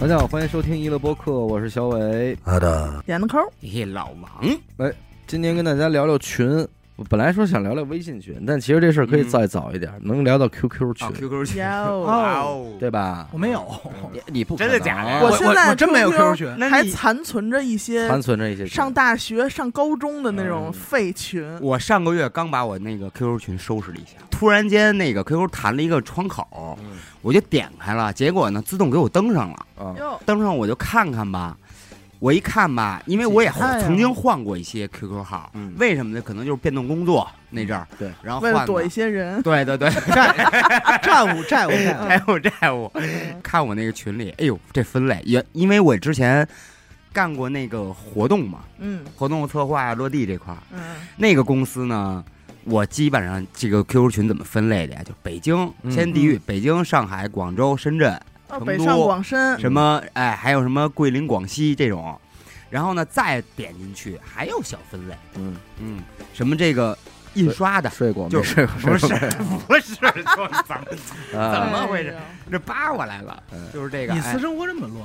大家好，欢迎收听娱乐播客，我是小伟。哎好的，点子抠儿，嘿，老王，今天跟大家聊聊群，我本来说想聊聊微信群，但其实这事儿可以嗯再早一点，能聊到 QQ 群，啊，QQ 群，哟哇哦，对吧？我没有，你你不真的假的我啊我现在我真没有 QQ QQ 群，那还你残存着一些残存着一些群上大学、上高中的那种废群，我上个月刚把我那个 QQ 群收拾了一下，突然间那个 QQ 弹了一个窗口，我就点开了，结果呢自动给我登上了，啊，哟，登上我就看看吧。我一看吧，因为我也几看呀曾经换过一些 QQ 号，嗯为什么呢？可能就是变动工作那阵儿，对，然后为换了躲的一 些人，对对对，债务债务债务，债务债务， 嗯看我那个群里，哎呦，这分类也，因为我之前干过那个活动嘛，嗯活动策划呀、落地这块儿，嗯，那个公司呢，我基本上这个 QQ 群怎么分类的呀？就北京嗯先地域，北京、上海、广州、深圳，哦成北上都广深，什么哎，还有什么桂林、广西这种，然后呢再点进去还有小分类，嗯，嗯，什么这个印刷的，睡过吗就睡过，不是睡 过不是，说怎么怎啊么回事哎呀？ 这扒我来了嗯？就是这个，你哎私生活这么乱，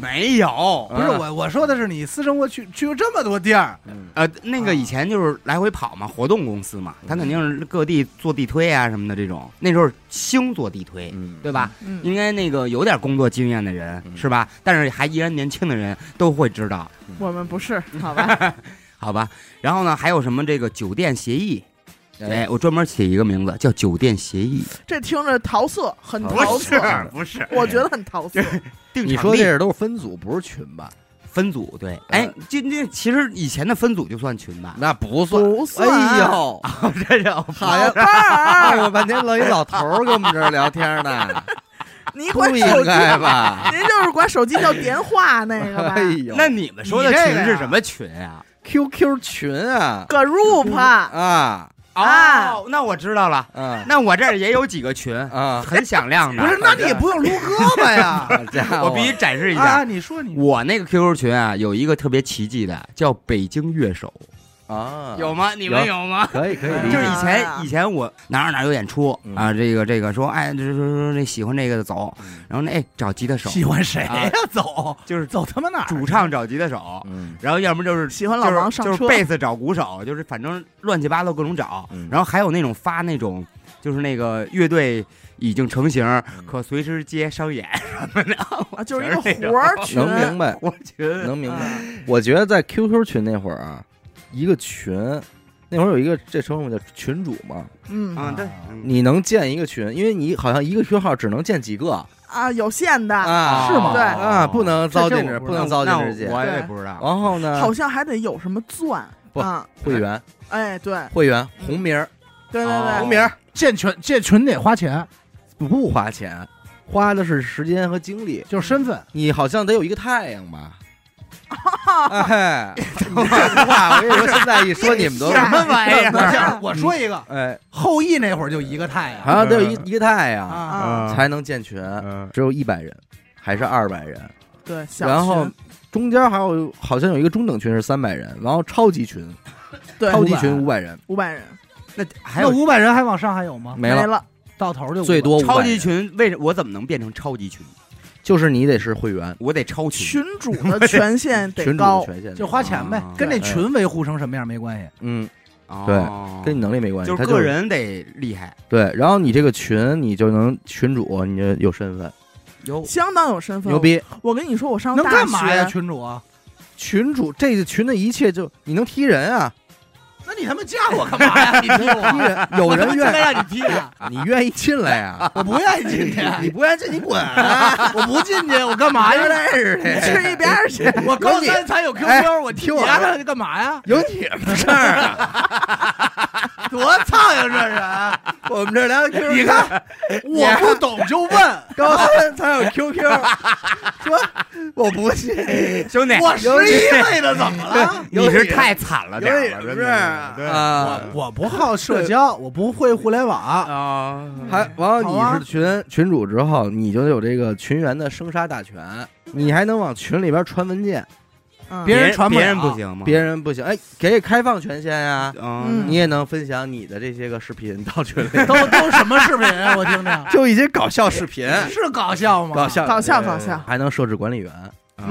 没有啊不是我我说的是你私生活去去过这么多地儿，嗯呃，那啊个以前就是来回跑嘛，活动公司嘛，他嗯肯定是各地做地推啊什么的这种。那时候兴做地推，嗯，对吧？嗯，应该那个有点工作经验的人嗯是吧？但是还依然年轻的人都会知道，我们不是，好吧？好吧？然后呢，还有什么这个酒店协议？哎哎，，我专门写一个名字叫酒店协议，这听着桃色，很不桃色，不是，我觉得很桃色。定你场说地这是都是分组，不是群吧？分组对，哎，哎，这这其实以前的分组就算群吧 那不算，不算啊哎呦，这叫好呀，爸看儿，我半天，愣一老头儿跟我们这儿聊天呢，你不管应手机，该吧？ 您就是管手机叫电话那个吧哎呦，那你们说的你这个群是呀什么群啊？ QQ 群啊，group，啊啊哦，那我知道了，啊那我这儿也有几个群，啊！，很响亮 的。不是？那你也不用撸胳膊 呀好家伙，我必须展示一啊，下，你说你我那个 QQ 群啊，有一个特别奇迹的，叫北京乐手，啊， 有吗？你们们有吗？可以可以有理就解是以啊前以前我哪儿哪儿有演出嗯啊，这个这个说哎，这这这这喜欢这个的走，然后那哎找吉他手，喜欢谁啊呀？走就是走他妈哪儿？啊主唱找吉他手，嗯然后要么就是喜欢老王上就是就车是贝斯找鼓手，就是反正乱七八糟各种找嗯，然后还有那种发那种就是那个乐队已经成型，可随时接商演， 啊，就是一个活儿群，能明白我觉得能明白。嗯我觉得在 QQ 群那会儿啊，一个群。那会儿有一个这称呼叫群主嘛，嗯嗯对，你能建一个群，因为你好像一个 QQ 号只能建几个啊，有限的，啊，是吗对啊，不能糟践这着，我不不知道能糟践着那姐。我也对不知道。然后呢，好像还得有什么钻啊不啊，会员哎，对会员红名儿对对哦对啊红，名儿建群建群得花钱，不花钱，花的是时间和精力。就是身份。你好像得有一个太阳 吧？哎，你这话我跟你说，现在一说 你们都什么玩意 不儿？是我说一个，哎，后羿那会儿就一个太阳嗯好像得有啊一一个太阳啊，啊，才能建群，只有一百人还是二百人，对，小然后群中间还有好像有一个中等群是三百人，然后超级群对超级群五百人五百人那还那有五百人还往上还有吗？没了，了，到头就500最多500人超级群，为什我怎么能变成超级群？就是你得是会员，我得超群。群 主的权限得群主的高，权限就花钱呗啊，跟那群维护成什么样没关系。嗯，哦跟你能力没关系，就是它个人得厉害。对，然后你这个群你就能群主，你就有身份，有相当有身份，牛！逼。我跟你说，我上能大学干嘛呀，群主啊？群主这个群的一切就你能踢人 啊，那你他妈加我干嘛呀？你踢踢我，人有人愿愿让你踢啊？你愿意进来呀、 我不愿意进去， 你不愿意进你滚啊、我不进去，我干 嘛呀？你 去一边儿去！我高三才有 QQ，我哎听我你丫的干嘛呀？ 有你们事儿啊？ 多操呀，这人！我们这聊 QQ，你看 我不懂就问，高三才有 QQ，说我不信，兄弟，我十一位的怎么了？你是太惨了点儿了，有真你们事的儿啊？ 我不好社交，我不会互联 网，啊。还完好了，啊你是群群主之后，你就有这个群员的生杀大权，你还能往群里边传文件，嗯别人传不别人了不行吗？别人不行，哎，给开放权限呀，嗯，你也能分享你的这些个视频到群里，都都什么视频啊？我 听听，就一些搞笑视频，是哎搞笑吗？搞笑搞笑对搞笑还能设置管理员，嗯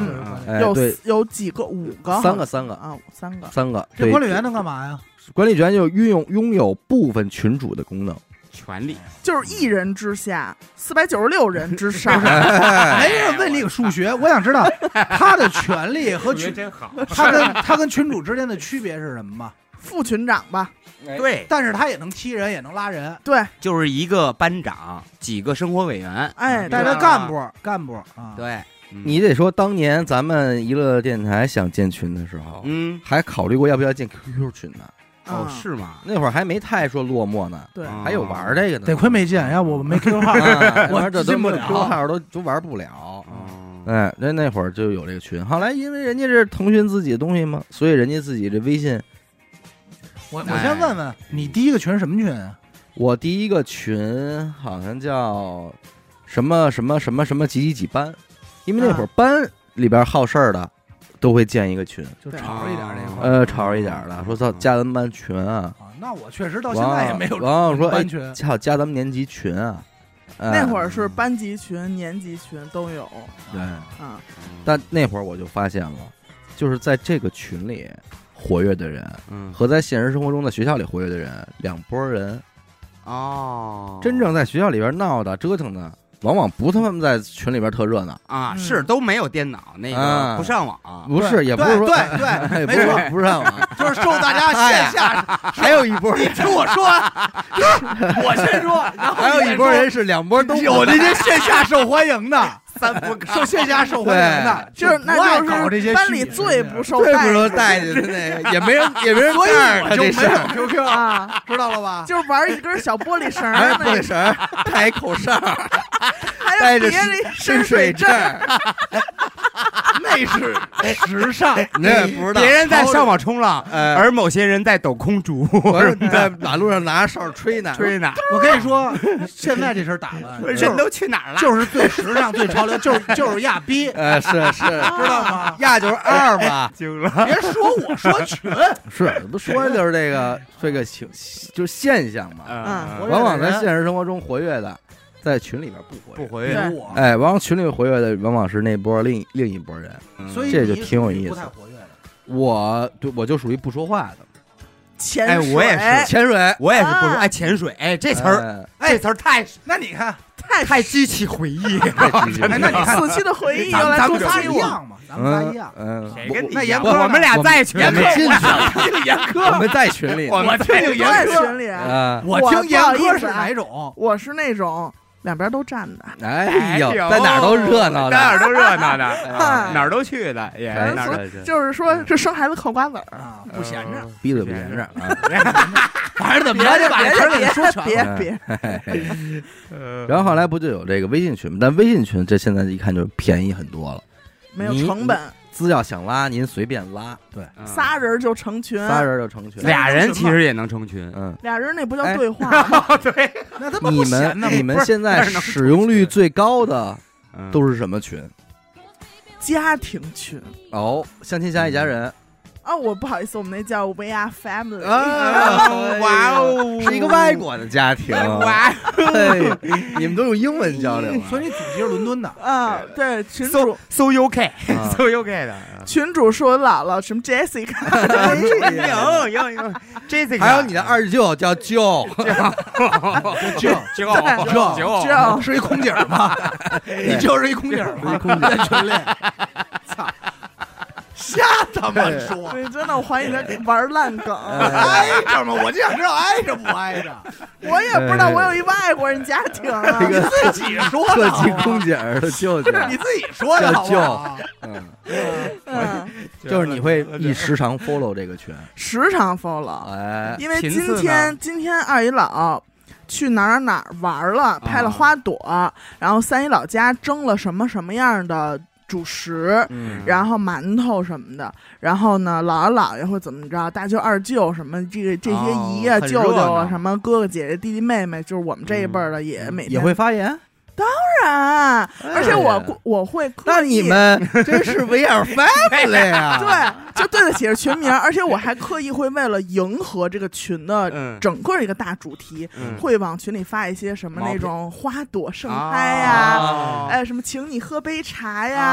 嗯哎，有对，有几个？五个？三个三个啊，三个。三个，这对管理员能干嘛呀？管理员就运用拥有部分群主的功能，权利就是一人之下，四百九十六人之 上。没人问你个数 学，哎我想知道他的权利和 群，真好，他跟他跟群主之间的区别是什么吧？副群长吧，对，但是他也能踢人，也能拉人，对，就是一个班长，几个生活委员，哎，但对是他干部干部啊，对，嗯你得说当年咱们娱乐电台想建群的时候，嗯还考虑过要不要建 QQ 群呢，哦嗯是吗？那会儿还没太说落寞呢，对啊还有玩儿这个呢，得亏没进，要不我没 QQ 号，啊，我这都进不了 QQ 号都都玩不了。哦嗯哎，那那会儿就有这个群，后来因为人家是腾讯自己的东西嘛，所以人家自己这微信，我我先问问你，第一个群是什么群啊？我第一个群好像叫什么什么什么什么几几几班，因为那啊会儿班里边好事儿的都会建一个群，就对吵着一点儿这块儿呃，吵着一点儿的说操加咱们班群啊，啊。那我确哦实到现在也没有然后说哎班，群，操加咱们年级群啊，哎那会儿是班级群、年级群都有对，啊，但那会儿我就发现了，就是在这个群里活跃的人嗯和在现实生活中在学校里活跃的人两拨人，哦，真正在学校里边闹的折腾的，往往不他们在群里边特热闹，啊嗯是都没有电脑，那啊个不上网，不是也不对是说哎对对，也不没是哎错说，不上 网，就是受大家线下。还有一波人，听我说完，我先说，然后还有你一再波说人是两波都有那些线下受欢迎的，三 不受线下受欢迎的，就是不那爱就搞这些是班里虚拟的最事情不受最待不见说待见的那个，也没人也没人所以干我他就这没事儿。有 QQ 啊，啊，知道了吧？就是玩一根小玻璃 绳儿，哎，那玻璃绳儿，戴一口哨儿，还带有着别着一深深水水证证儿， 那是时尚，你也不知道。别人在上网冲浪，哎而某些人在抖空竹，我是在马路上拿着哨儿吹呢， 吹呢，我跟你说，现在这身打扮就人是都去哪儿了？就是最时尚、最潮流， 就是就是亚逼，知呃，是 是，道吗？亚就是二 嘛，哎惊了，别说我说群，是不说就是这个这个情就是现象嘛，嗯哎活跃的往人往在现实生活中活跃的，在群里边不活不跃。活对跃，有我，哎，往往群里活跃的，往往是那波另另一波人。嗯所以这就你挺有属于意不思太活跃的。我对我就属于不说话的，潜哎水，我也是潜水我也是不说啊哎潜水，哎这词儿哎哎这词儿太那你看，太太激起回忆，太激进了哎那你看死去的回忆又咱们来咱冲们刷仨你一我，样嘛，咱们仨嗯一样。嗯，谁跟你那一严样苛呢我们俩在群我们里，进去了，严我们在群里呢， 我们听我听在严嗯群苛，里，啊，我我听严不好意苛思是啊哪种？我是那种两边都站嗯的，哎呦，哎呦在哪儿都热闹的，哪儿都热 闹的，哎哪儿都去的，嗯也哎哪儿都是是就是说是生孩子嗑瓜子儿，呃啊，嗯不闲着，逼嘴不严着啊。反正怎么着 别得把这词儿给别它说全了。嗯了别别，然后后来不就有这个微信群吗？但微信群这现在一看就便宜很多了，没有你成本，资料想拉您随便拉，仨嗯人就成群，仨人就成群。嗯俩人其实也能成 群，嗯，俩人那不叫哎对话 吗，那他妈你不闲呢们吗你们现在使用率最高的嗯都是什么群？家庭群哦，相亲相爱一家人，啊！我不好意思，我们那叫 We Are Family，、嗯啊哇哦，是一个外国的家庭。 哇，嘿你们都用英文交流啊，所以你祖籍是伦敦 的，啊，对，群主 so so UK 啊 so UK 的，群主是我姥姥，什么 Jessica，哎有有有，Jessica，还 有你的二舅叫舅，九就对就九这样是一空姐儿吗？你就是一空姐儿吗？在群 里，操，瞎他妈说，对，真的，我怀疑他玩烂梗，哎挨着吗？我就想知道挨着不挨 着。我也不知道我有一外国人家庭啊，这个自己说特的好级吗，空姐儿的舅 舅，你自己说的好不好？嗯，嗯，就是你会你时常 follow 这个群，时常 follow，哎，因为频今次呢天今天二姨姥。去哪儿哪儿哪儿玩了，拍了花朵，然后三姨老家蒸了什么什么样的主食，嗯然后馒头什么的，然后呢，姥姥姥爷会怎么着？大舅二舅什么这个这些哦姨啊、很舅热舅啊，闹什么哥哥姐姐、弟弟妹妹，就是我们这一辈儿的也每天嗯也会发言，当然，而且我哎故我会故那你意们真是 We Are Family 呀！对，就对得起这群名儿，而且我还刻意会为了迎合这个群的嗯，整个一个大主题，嗯会往群里发一些什么毛那片种花朵盛啊开呀，啊哎，什么请你喝杯茶呀，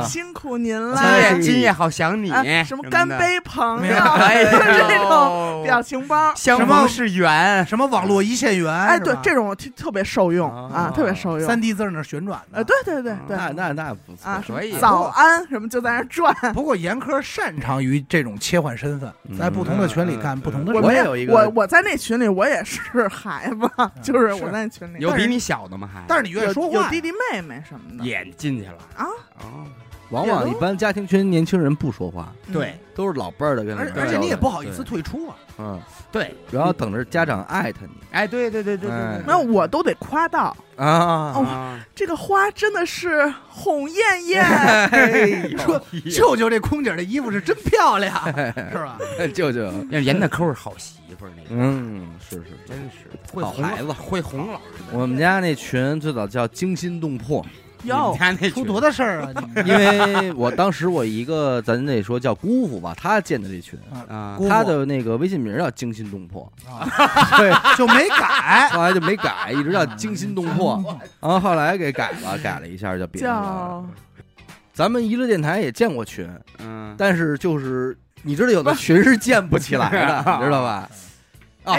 啊辛苦您了，今哎夜今夜好想你哎，什啊什么么干的，杯朋 友，哎 呦这种表情包。相逢是缘， 什么网络一线源？哎，对是，吧这种我特特别受用啊哦啊，特别受用。三 D 字儿那儿旋转呃，的。对对对对，那那那不错啊，可以什么早安什么就在那儿转。不过严科擅长于这种切换身份，嗯在不同的群里干嗯不同的我事没也有一个 我我在那群里我也是孩子，就是我在那群里有比你小的吗？还但是你有愿意说有话弟呀，弟妹妹什么的。也进去了啊哦往往一般家庭群年轻人不说话，嗯对，都是老辈儿的跟里而边而且你也交流不好意思退出啊。嗯，对，主要等着家长艾特你哎，对对对对哎对，没有我都得夸到啊哦啊，这个花真的是红艳艳，哎说舅舅这空姐的衣服是真漂 亮，是吧？ 舅舅，要严大抠是好媳妇儿，那个嗯，是是是。真是会好哄孩子老会哄老师的。我们家那群最早叫惊心动魄， 你哟们，家那出群多大事儿啊？你们因为我当时我一个咱得说叫姑父吧，他建的这群，啊姑父他的那个微信名叫惊心动魄，啊对，就没改，后来就没改，一直叫惊心动 魄， 然后后来给改了，改了一下嗯叫别的了。叫咱们娱乐电台也建过群，嗯，但是就是你知道有 的群 是建不起来的，啊你知道吧？那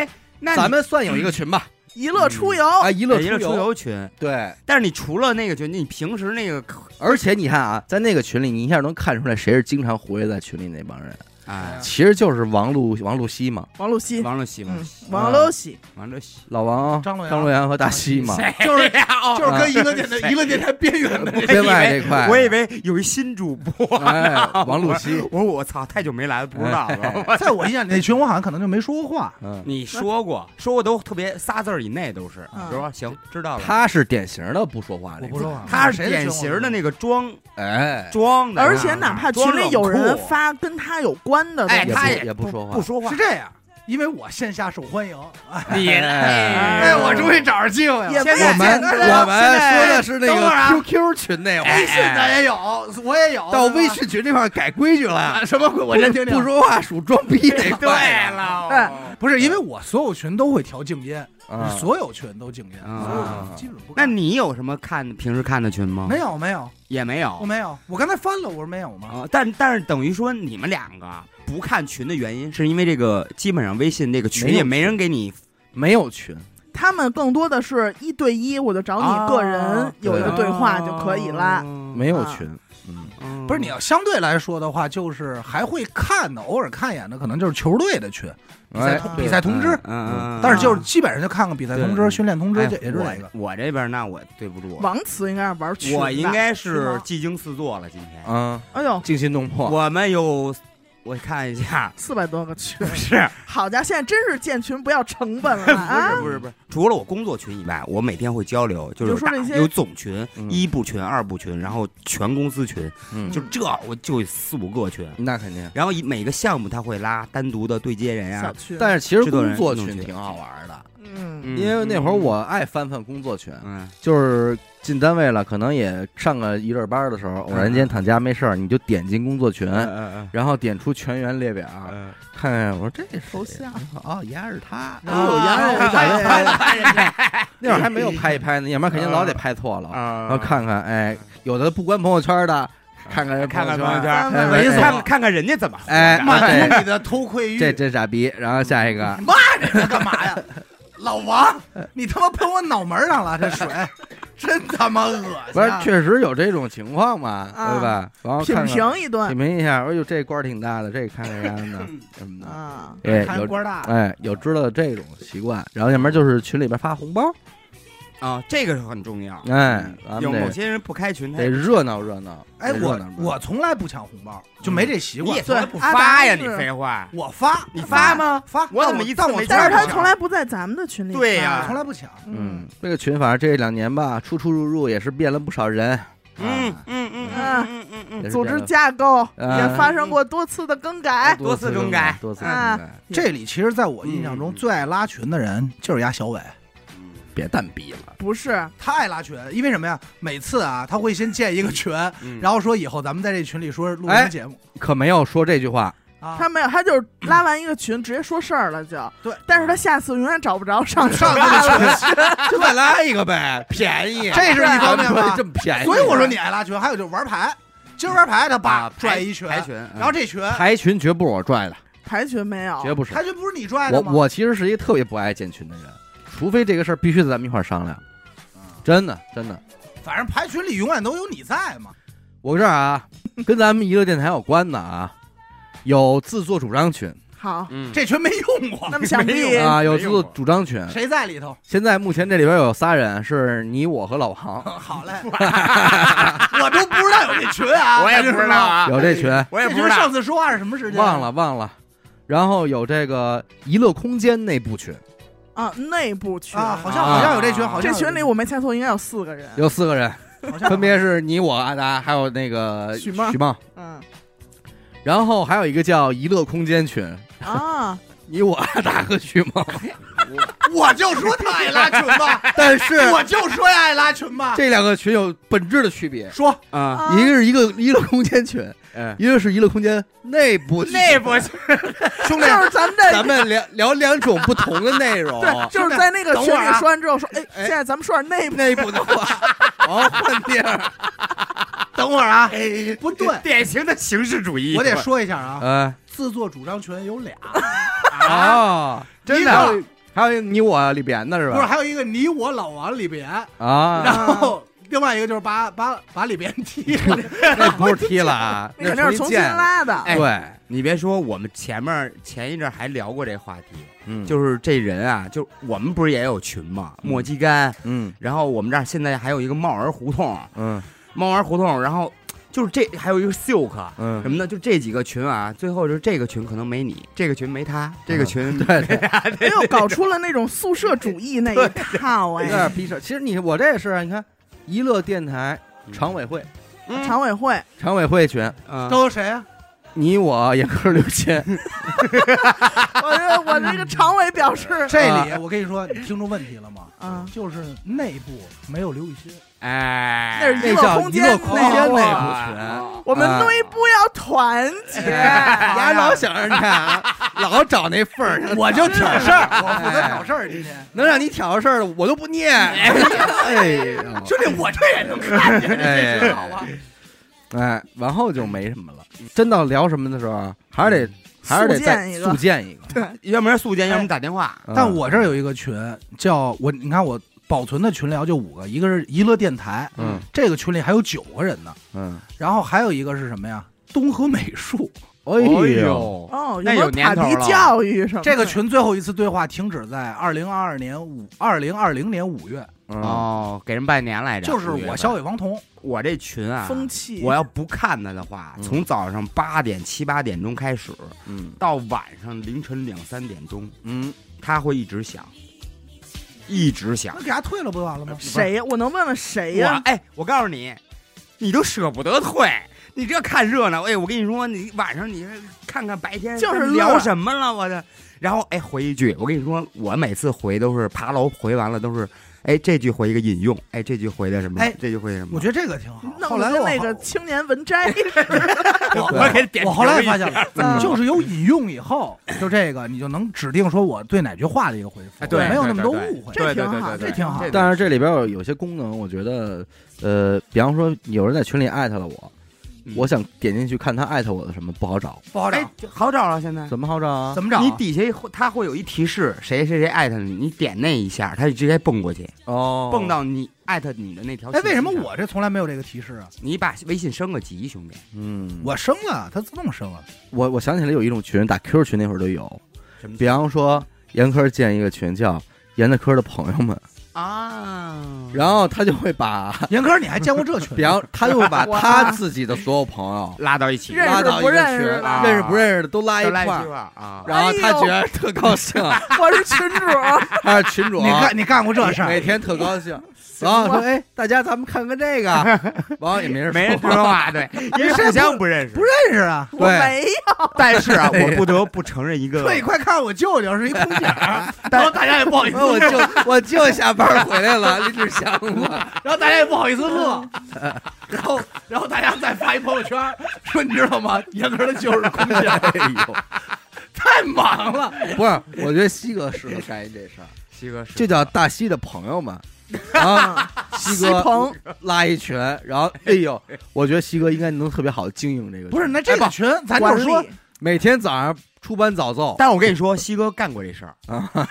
你咱们算有一个群吧，一乐出游，啊，娱乐出一哎个出游，游群，对，但是你除了那个群，你平时那个而且你看啊，在那个群里，你一下能看出来谁是经常活跃在群里那帮人，啊哎，其实就是王露王露西嘛，王露西，王乐喜嗯欢，王露西，王 乐喜，哎老王、张洛阳阳和大西 嘛，就是呀哦哎就是跟娱乐电台娱乐电台边缘的编外这块，我以为有一新主播，哎，王露西，我说我操，太久没来了，不知道了。 在我印象里，那群我好像可能就没说过话。嗯，哎你说过，说过都特别仨字儿以内都是，嗯就说行，知道了。他是典型的不说话我那不种，说话，他谁是典型的那个装哎，啊装的，而且哪怕群里有人发跟他有关的东哎，西，他也不也不不说话不说话是。这样，因为我线下受欢迎。啊你哎哎，我终于找着机会也了。没现在我们见我得们了说的是那等会儿啊哎个 QQ 群那会微儿，信咱也有，我也有。哎到是吧微信群这块儿改规矩了，啊什么鬼？我先听听。不说话属装逼这块儿，了哎不是，因为我所有群都会调静音，啊所有群都静音，啊所有群基本不那改。你有什么看平时看的群吗？没，有没有，也没我有。没有，我刚才翻了，我说没有吗？啊，但但是等于说你们两个不看群的原因，是因为这个基本上微信这个群没有也没人给你没有群，他们更多的是一对一，我就找你个人啊有一个对话就可以了。。没没有啊群，嗯，不是，你要相对来说的话，就是还会看的，偶尔看一眼的，可能就是球队的群，比赛哎通对比赛通知嗯嗯，但是就是基本上就看看比赛通知、对训练通知，哎这也就这个。我我这边那我对不住，王慈应该是玩群的，我应该是是吗技惊四座了。今天啊，哎呦，惊心动魄，我们有，我看一下，四百多个群不，是好家伙，现在真是建群不要成本 了啊！不是不是，除了我工作群以外，我每天会交流，就是有就说这大些有总群、嗯一部群、二部群，然后全公司群，嗯就这我就四五个群。那肯定。然后以每个项目他会拉单独的对接人啊小呀，群，但是其实制作工人作弄群去挺好玩的，嗯，嗯因为那会儿我爱翻翻工作群，嗯就是进单位了，可能也上个一阵班的时候，偶然间躺家没事儿，你就点进工作群，嗯然后点出全员列表，嗯看看我说这是头像哦，牙是他，哎呦，然杨后柳我白找一拍拍，的，那会儿还没有拍一拍呢，要不然肯定老得拍错了，然后啊看看，哎，有的不关朋友圈的，看看人看看友朋友圈，哎啊看猥琐看看看人家怎么哎，满哎足你的偷窥欲，这真傻逼，然后下一个你骂人家干嘛呀？老王，你他妈喷我脑门上了，这水真他妈恶心！不是，确实有这种情况嘛，啊对吧？然后品看看评一品顿评一下，哎呦，这官儿挺大的，这看看人家的什么的，啊， 哎，看有官大，哎有知道这种习惯，然后要不然就是群里边发红包，啊，这个是很重要。哎嗯，咱有们某得些人不开群，他得热闹热闹，哎，得我热闹热闹我从来不抢红包，就没这习你惯也。从来对不阿达发呀，是你废话。我发，你发吗？发，我怎么但一次但我没从但是来不他抢从来不在咱们的群里发，对呀从来不抢。嗯嗯，，这个群反正这两年吧，出出入入也是变了不少人，嗯啊嗯嗯嗯嗯也嗯嗯，是组这织样架构啊也发生过多次的更改，多多次更改多次更啊改，这里其实，在我印象中嗯最爱拉群的人就是压小伟，嗯别蛋逼了，不是，太拉群，因为什么呀？每次啊，他会先建一个群，然后说以后咱们在这群里说录什哎么节目可没有说这句话。啊。他没有，他就是拉完一个群直接说事儿了就。对，但是他下次永远找不着上上上这个群，就再拉一个呗，便宜。这是一方面吧 这。么便宜，所以我说你爱拉群，还有就是玩牌，今儿玩牌他把叭拽一群，啊排群，然后这群排群绝不是我拽的，排群没有，绝不是。排群不是你拽我的吗？我其实是一个特别不爱建群的人，除非这个事儿必须得咱们一块儿商量。真的真的，反正排群里永远都有你在嘛。我这儿啊，跟咱们娱乐电台有关的啊，有自作主张群好，嗯，这群没用过，那么想没必用啊，有没自用作过主张群。谁在里头？现在目前这里边有仨人，是你我和老王，好嘞， 我都不知道有这群啊，我也不知道啊，有这群，我也不这群知道上，次说话是什么时间？忘了忘了。然后有这个娱乐空间内部群，啊，内部群啊，好像啊好像有这群，好像这有群里我没猜错，应该有四个人。有四个人，好像分别是你我阿达，还有那个许梦许梦，嗯然后还有一个叫娱乐空间群，啊，你我阿达和徐梦，我就说他爱拉群吧， 但是我就说爱拉群吧。这两个群有本质的区别，说啊，啊一个是一个娱乐空间群，嗯，一个是娱乐空间内部群。那不行，兄弟，就是咱们这咱们聊聊两种不同的内容，对，就是在那个群里说完之后说，哎，现在咱们说点内部内部的 话，哦，换地儿，等会儿啊，不对，典型的形式主义，我得说一下啊，嗯自作主张群有俩，啊，真一的个，还有你我里边的是不是吧？还有一个你我老王里边，啊，然后另外一个就是把把把里边踢了。那不是踢了啊， 那肯定是重新建的。拉的。哎对，你别说，我们前面前一阵还聊过这话题，嗯就是这人啊，就我们不是也有群嘛，嗯莫基干，嗯然后我们这儿现在还有一个帽儿胡同，嗯帽儿胡同，然后就是这还有一个 silk 什嗯，么的，就这几个群啊，最后就是这个群可能没你，这个群没他，这嗯个群、对对，哎呦，搞出了那种宿舍主义那一套有点哎，逼事儿。其实你我这也是啊，你看，娱乐电台常委会常委会常委会群，啊都有谁 啊？你我严哥刘谦，我这我这个常委表 示，这里我跟你说，你听出问题了吗？啊，就是内部没有刘雨欣，哎，那是那叫娱乐空间内部 群。哎啊我们内部要团结。家老想着你看啊，老找那缝儿，我啊就挑事儿，我负责负挑责挑事儿今天。能让你挑着事儿的，我都不念。哎呀，兄弟，我这也能看见，这挺好啊。哎，然后就没什么了。真到聊什么的时候啊，还是得嗯还是得再建一个速建一个。要不然宿建，要么打电话。嗯但我这儿有一个群，叫我你看我保存的群聊就五个，一个是娱乐电台，嗯这个群里还有九个人呢，嗯，然后还有一个是什么呀？东河美 术哎呦，，哦，那没有有年塔头迪了教育什么的？这个群最后一次对话停止在二零二二年五二零二零年五月，嗯哦，给人拜年来着，就是五月我份小伟王彤，我这群啊，风气，我要不看他的话嗯，从早上八点七八点钟开始，嗯到晚上凌晨两三点钟，嗯，他会一直响，一直响那。给他退了不就完了吗？谁呀？我能问问谁我呀？哎，我告诉你，你都舍不得退，你这看热闹。哎，我跟你说，你晚上你看看白天就是乐聊什么了，我的。然后哎，回一句，我跟你说，我每次回都是爬楼回完了都是，哎，这句回一个引用，哎，这句回的什么，哎这句回的什么。我觉得这个挺好。后弄来得我跟那个青年文摘 我我给点我后来发现嗯了，就是有引用以后，就这个你就能指定说我对哪句话的一个回复哎，对没有那么多对对误会。这对对挺对好对对这挺好对但是这里边有有些功能，我觉得，呃，比方说有人在群里艾特了我，嗯我想点进去看他艾特我的什么，不好找，不好找哎，就好找了现在。怎么好找啊？怎么找啊？你底下会它会有一提示，谁谁谁艾特你，你点那一下，它就直接蹦过去，哦，蹦到你艾特你的那条。哎，为什么我这从来没有这个提示啊？你把微信升个级，兄弟？嗯，我升了，它自动啊 升了。我我想起来有一种群，打 Q 群那会儿就有什么，比方说严科建一个群叫严的科的朋友们，啊然后他就会把，严哥，你还见过这群比？方他就会把我他自己的所有朋 友拉到一起，认拉识到一不个认识群，的认识不认识的都拉一都块拉一块儿，儿啊。然后他哎呦觉得特高兴，我是群主，他是群主， 你干你干过这事每 儿？天特高兴，行王说：“吗？哎，大家咱们看看这个。”王也没人没人说说话，对，因为互相不认识。认识啊。我没有，但是啊，我不得不承认一个， 对，快看我舅舅是一空 姐儿，然后大家也不好意 思，我就我就下班回来了， 林志祥我 然后大家也不好意思乐， 然后然后大家再发一朋友圈说你知道吗？ 严哥他就是空姐儿，太忙了，不是，我觉得西哥适合干一这事儿，西哥是就叫大西的朋友 们，啊，西西哥鹏拉一群，然后哎呦，我觉得西哥应该能特别好经营这个群，哎哎不是那这个群，咱管就理说每天早上出班早奏但我跟你说，西哥干过这事儿，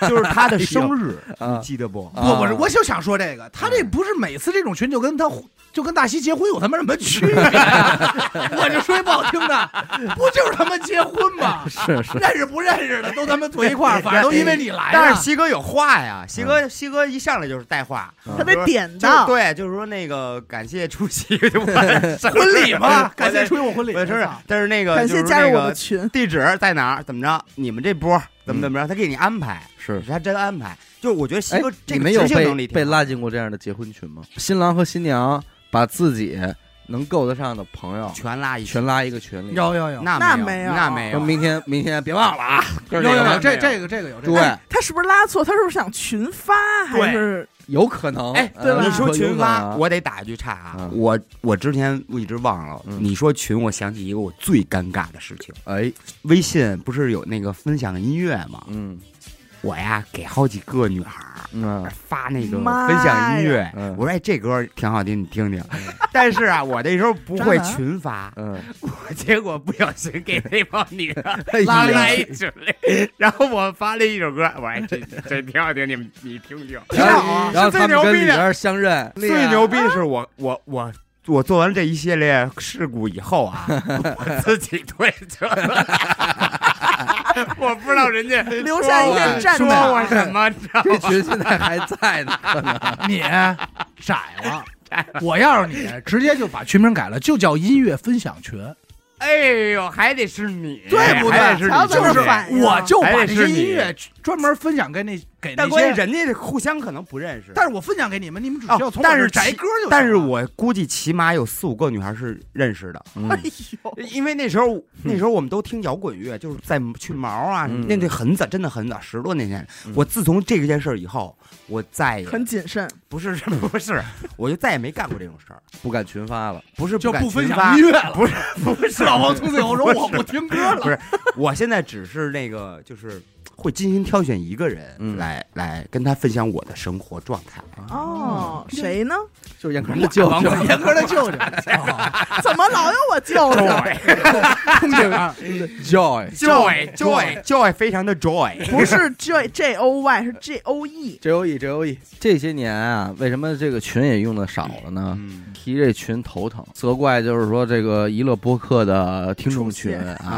就是他哎的生 日，你啊，记得不？啊不不是，我就想说这个，他这不是每次这种群就跟他就跟大西结婚有他妈什么区别、 我就说一不好听的，不就是他妈结婚吗？是是，认识不认识的都他妈坐一块儿，反正 都因为你来但了是。西哥有话呀，西哥西哥一上来就是带话，嗯他得点就到对，就是说那个感谢出席我的生日婚 礼 嘛，感谢我出席我婚礼，的生日，但是那个感就是谢加入那我的个群，地址在哪儿，怎么着？你们这波怎么怎么着？他给你安排，是他真安排。就是我觉得西哎哥，这你个们有执行能力被挺被好拉进过这样的结婚群吗？新郎和新娘把自己能够得上的朋友全拉一起，全拉一个群里，有有有那那没没有有那没说有，明天明天别忘了啊，有有有有有，这这这这个这个有这对个，，哎他是不是拉错？他是不是想群发还是有可能，哎，嗯对吧你说群发，，有可能啊我得打一句岔啊！嗯我我之前我一直忘了，嗯你说群，我想起一个我最尴尬的事情。哎，微信不是有那个分享音乐吗？嗯我呀给好几个女孩儿嗯发那个妈呀分享音乐，嗯我说哎这歌挺好听，你听听。但是啊，我那时候不 会渣男群发， 嗯，我结果不小心给那帮女的哎呀拉来一群来，然后我发了一首歌，我说哎这这挺好听，你们你听听。然挺好后啊然后是他最们牛跟逼里的，边相 认，最牛逼的是我我我我做完这一系列事故以后 啊，我自己退车了， 我不知道人家留下一片战说场我啊说我什么，你知道吗这群现在还在 呢，你 窄了。我要是你，直接就把群名改了，就叫音乐分享群，哎呦，还得是你，对不还得对？是瞧你，怎就么是哎反应我就把还得这是些你音乐专门分享给那给那但关键些，人家互相可能不认识，但是我分享给你们，你们只哦需要从我但这是儿摘其歌就行了。但是我估计起码有四五个女孩是认识的，哎嗯呦， 因为那时候那时候我们都听摇滚乐，就是在去毛啊，嗯那对很早，真的很早，十多年前嗯。我自从这件事儿以后，我再也很谨慎？不是 不是，我就再也没干过这种事儿，不敢群发 了，不是就敢不分群享发音，乐了，不是不是，老王从此以后说我不不听歌了，不是， 我现在只是那个就是会精心挑选一个人嗯来来跟他分享我的生活状态。哦，谁呢？就是严哥的 舅舅，严哥的 舅舅，怎么老有我舅舅？空姐 儿 Joy joy joy joy 非常的 joy，不是 J J O Y 是 J O E， J O E J O E，这些年啊，为什么这个群也用的少了呢？嗯提这群头疼，责怪就是说这个娱乐播客的听众出群现啊啊，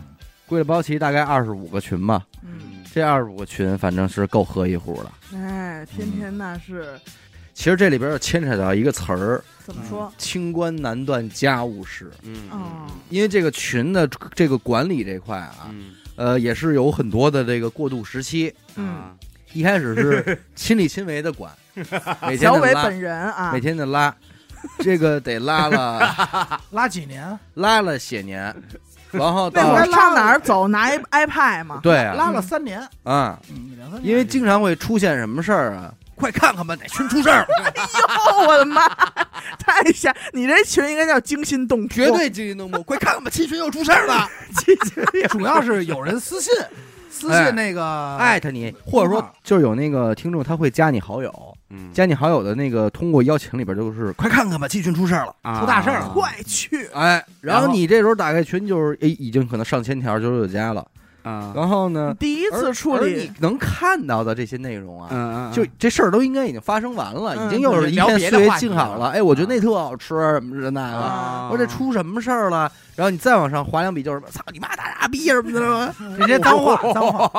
啊，贵了包齐大概二十五个群吧，嗯，这二十五个群反正是够喝一壶了。哎，天嗯天那是其实这里边又牵扯到一个词儿怎么说“清官难断家务事嗯”，哦，因为这个群的这个管理这块啊，嗯呃，也是有很多的这个过渡时期。嗯，一开始 是亲力亲为的 管，每天小得伟拉，本人啊每，天得拉，这个得拉 了拉几年，拉了些年，然后那到会儿上哪儿走拿一 iPad 嘛？对啊拉了三年，啊，嗯，两三年因为经常会出现什么事儿啊？快看看吧，哪群出事儿了？ 哦，我的妈！太吓！你这群应该叫惊心动魄，绝对惊心动魄，快看看吧，七群又出事儿了， 主要是有人私信，私信那个哎艾特你，或者说就是有那个听众他会加你好友，嗯加你好友的那个通过邀请里边就是快看看吧，季群出事儿了，啊出大事儿了，快去！哎，然然后后你这时候打开群就是哎，已经可能上千条九九加了，啊，然后呢，第一次而处而理你能看到的这些内容啊。嗯就这事儿都应该已经发生完了，嗯已经又是一聊片别的岁月话题静好了嗯了。哎，我觉得那特好吃，什么这那啊个。我说这出什么事儿了？然后你再往上划两笔，就是操你妈大傻逼什么的。 直接脏话，脏话，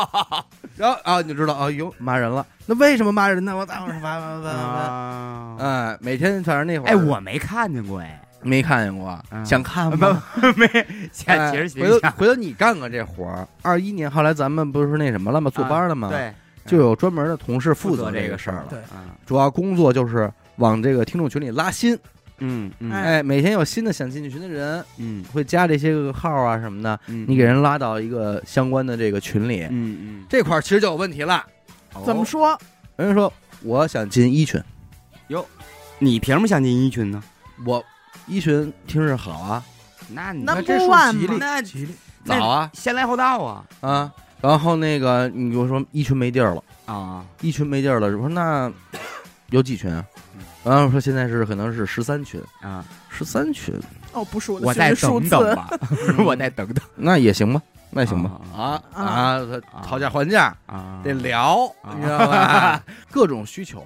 然后啊，你就知道啊，哟骂人了。那为什么骂人呢？我操！啊，哎，每天反正那会儿哎，我没看见过哎，没看见过，嗯想看不吗？没，其哎实回头回头你干干这活儿。二一年后来咱们不是那什么了吗？坐班了吗？，啊对，就有专门的同事负负责这这个事儿了。对啊，主要工作就是往这个听众群里拉新。嗯嗯哎，每天有新的想进群的人嗯会加这些个号啊什么的，嗯你给人拉到一个相关的这个群里，嗯这块儿其实就有问题了。怎么说？人家说我想进一群，嗯，你凭什么想进一群呢？我一群听着好啊，那你那那这不数万吉利嘛那吉利，那早啊先来后到啊啊，然后那个你就说一群没地儿了，啊！一群没地儿了，我说那有几群啊嗯？然后说现在是可能是十三群，啊，十三群哦，不是我我的再群数等字，等吧， 我再等 等那也行吧，那也行吧啊啊啊，他讨价还价啊！得聊，啊你知道吧？ 各种需求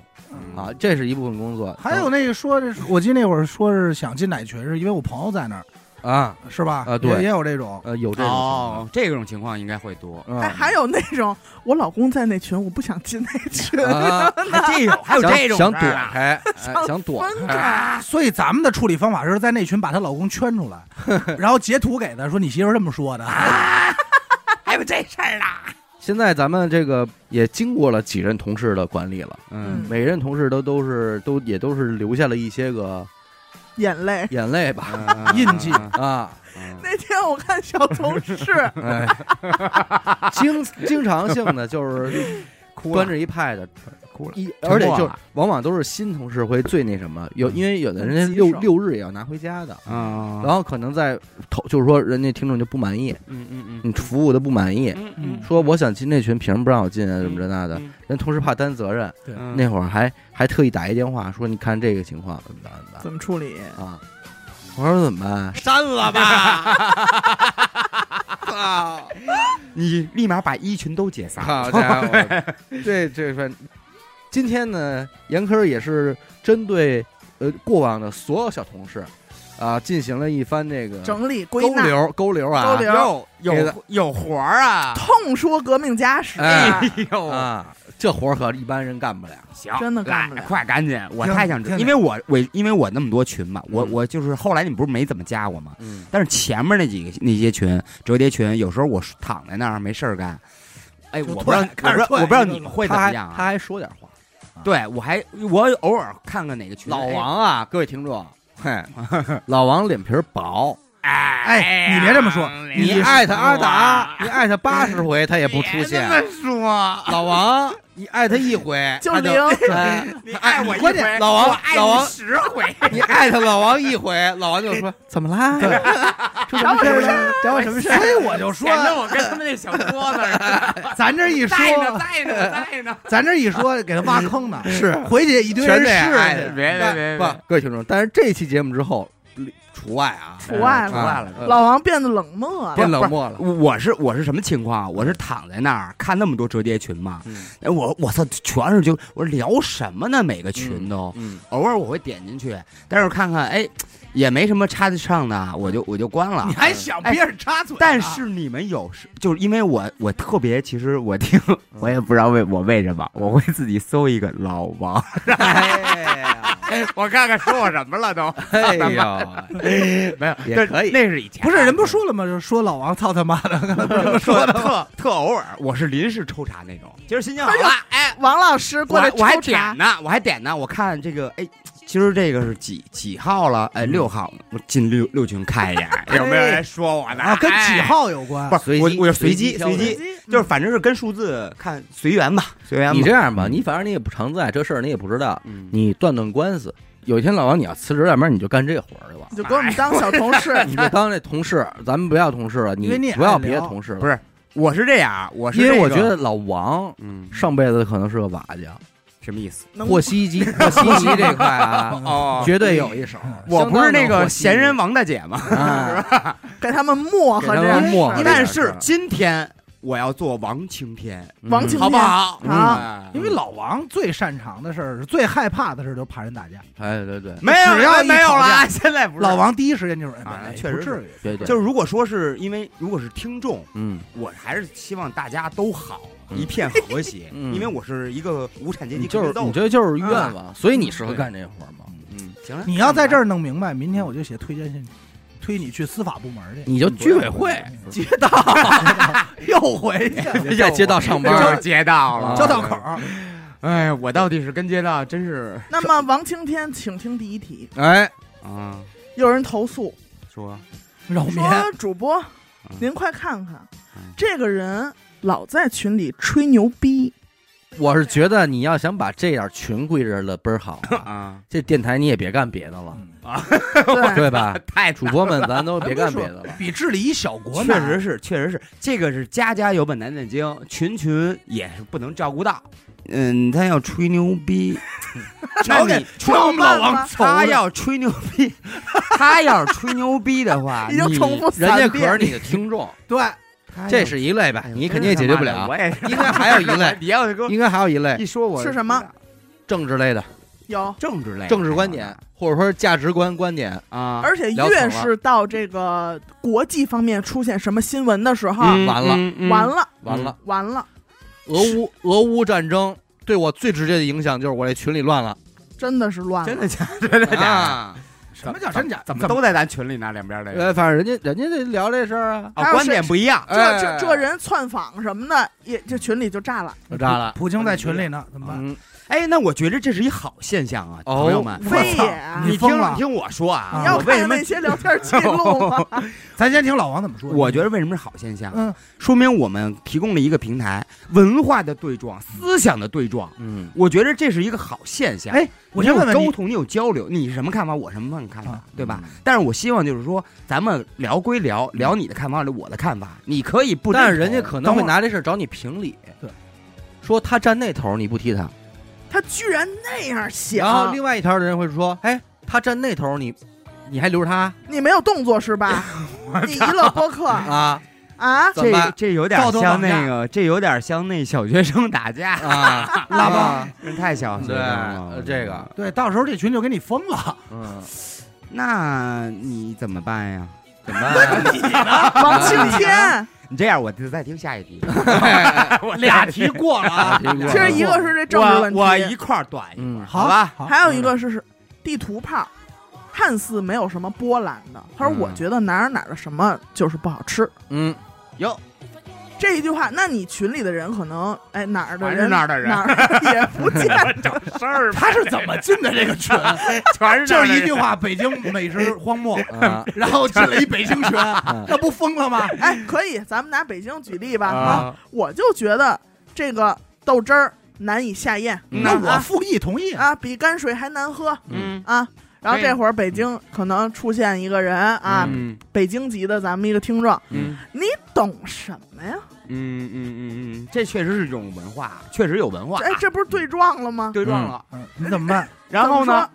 啊，这是一部分工作，还有那个说是，我记得那会儿说是想进奶群，是因为我朋友在那儿，啊，是吧？啊对也也有这种，呃，有这种情况哦，这种情况应该会多。嗯哎，还有那种我老公在那群，我不想进那群，啊，还这 种还有想这种想躲事儿啊开， 哎想躲分开，开。啊所以咱们的处理方法是在那群把她老公圈 出来，然后截图给她，说你媳妇儿这么说的。啊还有这事儿呢？现在咱们这个也经过了几任同事的管理了，嗯每任同事都都是都也都是留下了一些个眼泪。眼泪 嗯吧，印记啊，那天我看小同事哎，经经常性的就是哭端着一派 的，哭了，一沉默而且就是了往往都是新同事会最那什么，有因为有的人很棘六手六日也要拿回家的。嗯，然后可能在投，就是说人家听众就不满意，嗯嗯你服务的不满意，嗯嗯说我想进那群，凭什么不让我进啊？什么这那的，人同事怕担责任，嗯那会儿还还特意打一电话说，你看这个情况怎么办？ 怎么怎么处理？办啊？我说怎么办？删了 吧。你立马把一群都解散。好家 伙，这这份，今天呢，严科也是针对呃过往的所有小同事啊，进行了一番这个整理归勾纳，留勾留啊，勾留有给他有有活儿啊！痛说革命家史，哎呦，啊，这活儿可一般人干不了。行，真的干不来了快赶紧！我行太想知道，行因为我我因为我那么多群嘛，我嗯我就是后来你们不是没怎么加我吗？嗯，但是前面那几个那些群折叠群，有时候我躺在那儿没事儿干，哎，就我不知道突然我不知道我不知道开始突然你们会怎他么还样他啊？还说点话。对我还我偶尔看看哪个哎群老王啊，各位听众，嘿，老王脸皮儿薄，哎哎你别这么说你你艾特阿达，你艾特八十回他也不出现。说， 老王，你艾特一 回就他零哎你爱我一关键回老王我爱你老王十回， 你艾特老王一回，老王就说怎么啦？出什么事儿了？找我什么事所以我就说显，得我跟他们那小桌子似的， 咱这一说，在呢在呢在 呢，咱这一说给他挖坑呢，啊 是哎回去一堆全人得挨是着去。别别别不，各位听众，但是这期节目之后除外啊，除外除了。外嗯了。老王变得冷漠变了，冷漠了。哎我是我是什么情况？啊我是躺在那儿看那么多折叠群嘛，嗯哎我我操，全是就我聊什么呢？每个群都、嗯，偶尔我会点进去，但是看看哎，也没什么插得上的，我就我就关了你。还想哎憋着插嘴呢？啊但是你们有时，就是因为我我特别，其实我听我也不知道为我为什么，我会自己搜一个老王， 我看看说我什么了都哎呦， 没有，也但可以那是以前啊不是人不说了吗？就说老王操他妈的，特特特特偶尔，我是临时抽查那种，今儿心情好了，哎，王老师我过来还我还抽查点，呢，我还点呢，我看这个，哎，今儿这个是几几号了？哎，六号，我进六六群看一眼， 有没有人说我呢？啊，跟几哎？号有关？不是，我我就随机嗯随随机机，就是反正是跟数字看随缘吧，随缘吧。你这样吧，你反正你也不常在，这事儿你也不知道，嗯，你断断官司。有一天老王你要辞职，要不然你就干这活儿去吧嗯你。就给我们当小同事， 你就当那同事，咱们不要同事了，因为你也不要爱别的聊同事了，不是我是这样，啊我是因为这我个觉得，老王嗯，上辈子可能是个瓦匠，什么意思？能和稀 泥和稀泥这块啊，哦绝对有一手。嗯我不是相当那能和个稀泥闲人王大姐吗？啊，给他们磨合给他这们件事磨合因这点为但事是儿今天我要做 王青天，王青好不好？嗯好嗯因为老王最擅长的事儿，最害怕的事儿就是怕人打架。哎，对对没有只要一没有吵架了，现在不是老。王第一时间就说：“啊哎，确实不至于。对对，就是如果说是因为如果是听众，嗯我还是希望大家都好，嗯一片和谐，嗯因为我是一个无产阶级你就格是斗的。你这就是愿望，嗯所以你适合干这活儿嘛。嗯，行了，你要在这儿儿弄明白，明天我就写推荐信，推你去司法部门去。嗯你就居委会、街 道又回去在街道上班 就儿 是，街道了，交交道口，哎，我到底是跟街道，真是那么王青天，请听第一题。哎，啊，有人投诉说扰民，说，主播嗯，您快看看嗯，这个人老在群里吹牛 逼，我是觉得你要想把这点群归着了倍儿好 啊，啊，这电台你也别干别的了，对，对吧？太主播们，咱都别干别的 了。比治理一小国确呢实是，确实是，这个是家家有本难念经，群群也是不能照顾到。嗯，他要吹牛逼，那瞧给你瞧我们老那王你愁他的要吹牛逼，他要吹牛逼的话，已经你重复人家三可是遍。你的听众，对，他要这是一类吧 哎？呦你真肯定也他解决妈不的了我。也，应该还有一类你要是给我应该还有一类一说我是什么政治类的，有，啊政治类政治观哎点或者说价值观观点，啊？而且聊越死了是到这个国际方面出现什么新闻的时候，嗯完了完，了，完了，完了，俄乌俄乌战争对我最直接的影响就是我这群里乱了，真的是乱真了。的假的？真的假的？啊，什么叫真假？怎么都在咱群里呢？两边的呃，反正人家人家得聊这事儿啊，还啊，有观谁点不一样，这哎这这人窜访什么的，也这群里就炸了，我炸了，普京在群里呢，怎么办？嗯，哎，那我觉得这是一好现象啊，哦朋友们。我非操也啊。你你听疯了你听我说啊，你啊要我为什看么那？些聊天记录 吗？咱先听老王怎么说。我觉得为什么是好现象，嗯，说明我们提供了一个平台，文化的对撞，思想的对撞。嗯，我觉得这是一个好现象。哎，我先你有问问沟你，通，你有交流，你什么看法，我什么看法啊，对嗯吧？但是我希望就是说，咱们聊归聊，聊你的看法，我的看法，你可以不认同，但是人家可能会拿这事儿找你评理，对，说他站那头儿你不踢他，他居然那样然后想另，外一条的人会说，哎，他站那头儿你你还留着他你没有动作是 吧？你娱乐播客啊啊？怎么办这这有点道德像绑架那个，这有点像那小学生 打架，啊，拉帮啊，真太小学对生了呃。这个，对，到时候这群就给你封了。嗯，那你怎么办呀？怎么办呀？王青天， 你这样，我就再听下一题。 我俩题过 了啊，俩题过其了实一个是这政治我问我一题，块儿短一嗯，好吧，还有一个是是地图炮，看似没有什么波澜的。他说：“嗯我觉得哪儿哪儿的什么就是不好吃。嗯，哟，”这一句话，那你群里的人可能哎哪儿的还是人 哪儿的人哪儿也不 见得事儿他是怎么进的这个 群？全是这就样的是一人句，话：北京美食 荒漠。 啊，然后进了一北京群，嗯那不疯 了吗？哎，可以，咱们拿北京举例吧。啊我就觉得这个豆汁儿难以下咽，嗯那我复议同意。啊，比泔水还难喝嗯嗯啊。然后对这会儿北京可能出现一个人啊，嗯北京籍的咱们一个听众，嗯你懂什么呀？嗯嗯嗯嗯，这确实是一种文化，确实有文化，哎，这不是对撞了吗？对撞了。嗯，你怎么 办？然后呢，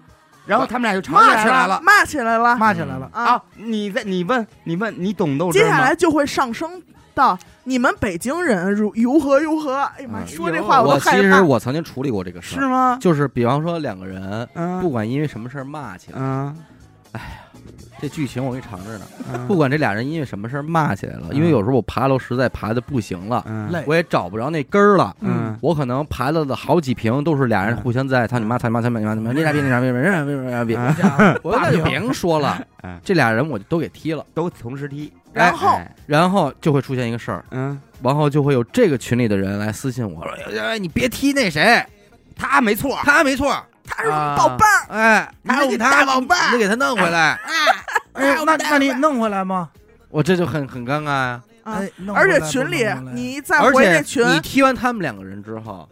然后他们俩就吵骂起来来了了怎么说？骂起来了骂起来了。啊！啊！你在你问你问你懂豆汁接儿下吗来？就会上升到你们北京人如如何如何。哎呀妈，嗯说这话我都害其实怕。我曾经处理过这个事是儿，吗？就是比方说两个人不嗯管因为什么事儿骂起来，嗯这剧情我给你尝着呢。嗯不管这俩人因为什么事儿骂起来了，因为有时候我爬楼实在爬的不行了，嗯累，我也找不着那根儿了。嗯我可能爬了的好几瓶都是俩人互相在操你妈操你妈操你妈操你妈那傻逼那傻逼那傻逼那傻逼，嗯，我说那就别说了嗯，这俩人我就都给踢了，都同时踢。然后哎然后就会出现一个事儿，嗯，然后就会有这个群里的人来私信我说，哎你别踢那谁，他没错，他没错，他是啊宝贝儿，哎，你得给他老伴，你得给他弄回来。哎呦，那那你弄回来吗？我这就很很尴尬呀、啊哎，弄而回且来群不里弄回来你再而回且那群，你踢完他们两个人之后，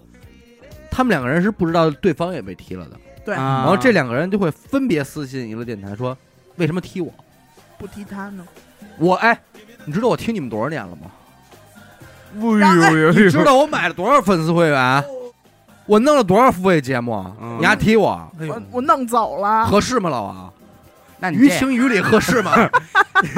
他们两个人是不知道对方也被踢了的，对然然后这两个人就会分别私信娱乐电台说为什么踢我？不提他呢。我哎，你知道我听你们多少年了吗？然后哎你知道我买了多少粉丝会员？我弄了多少付费节目？啊嗯啊你还踢我？哎我呦，我弄 走了，合适吗，老王？ 那你于 这样情于理合适吗？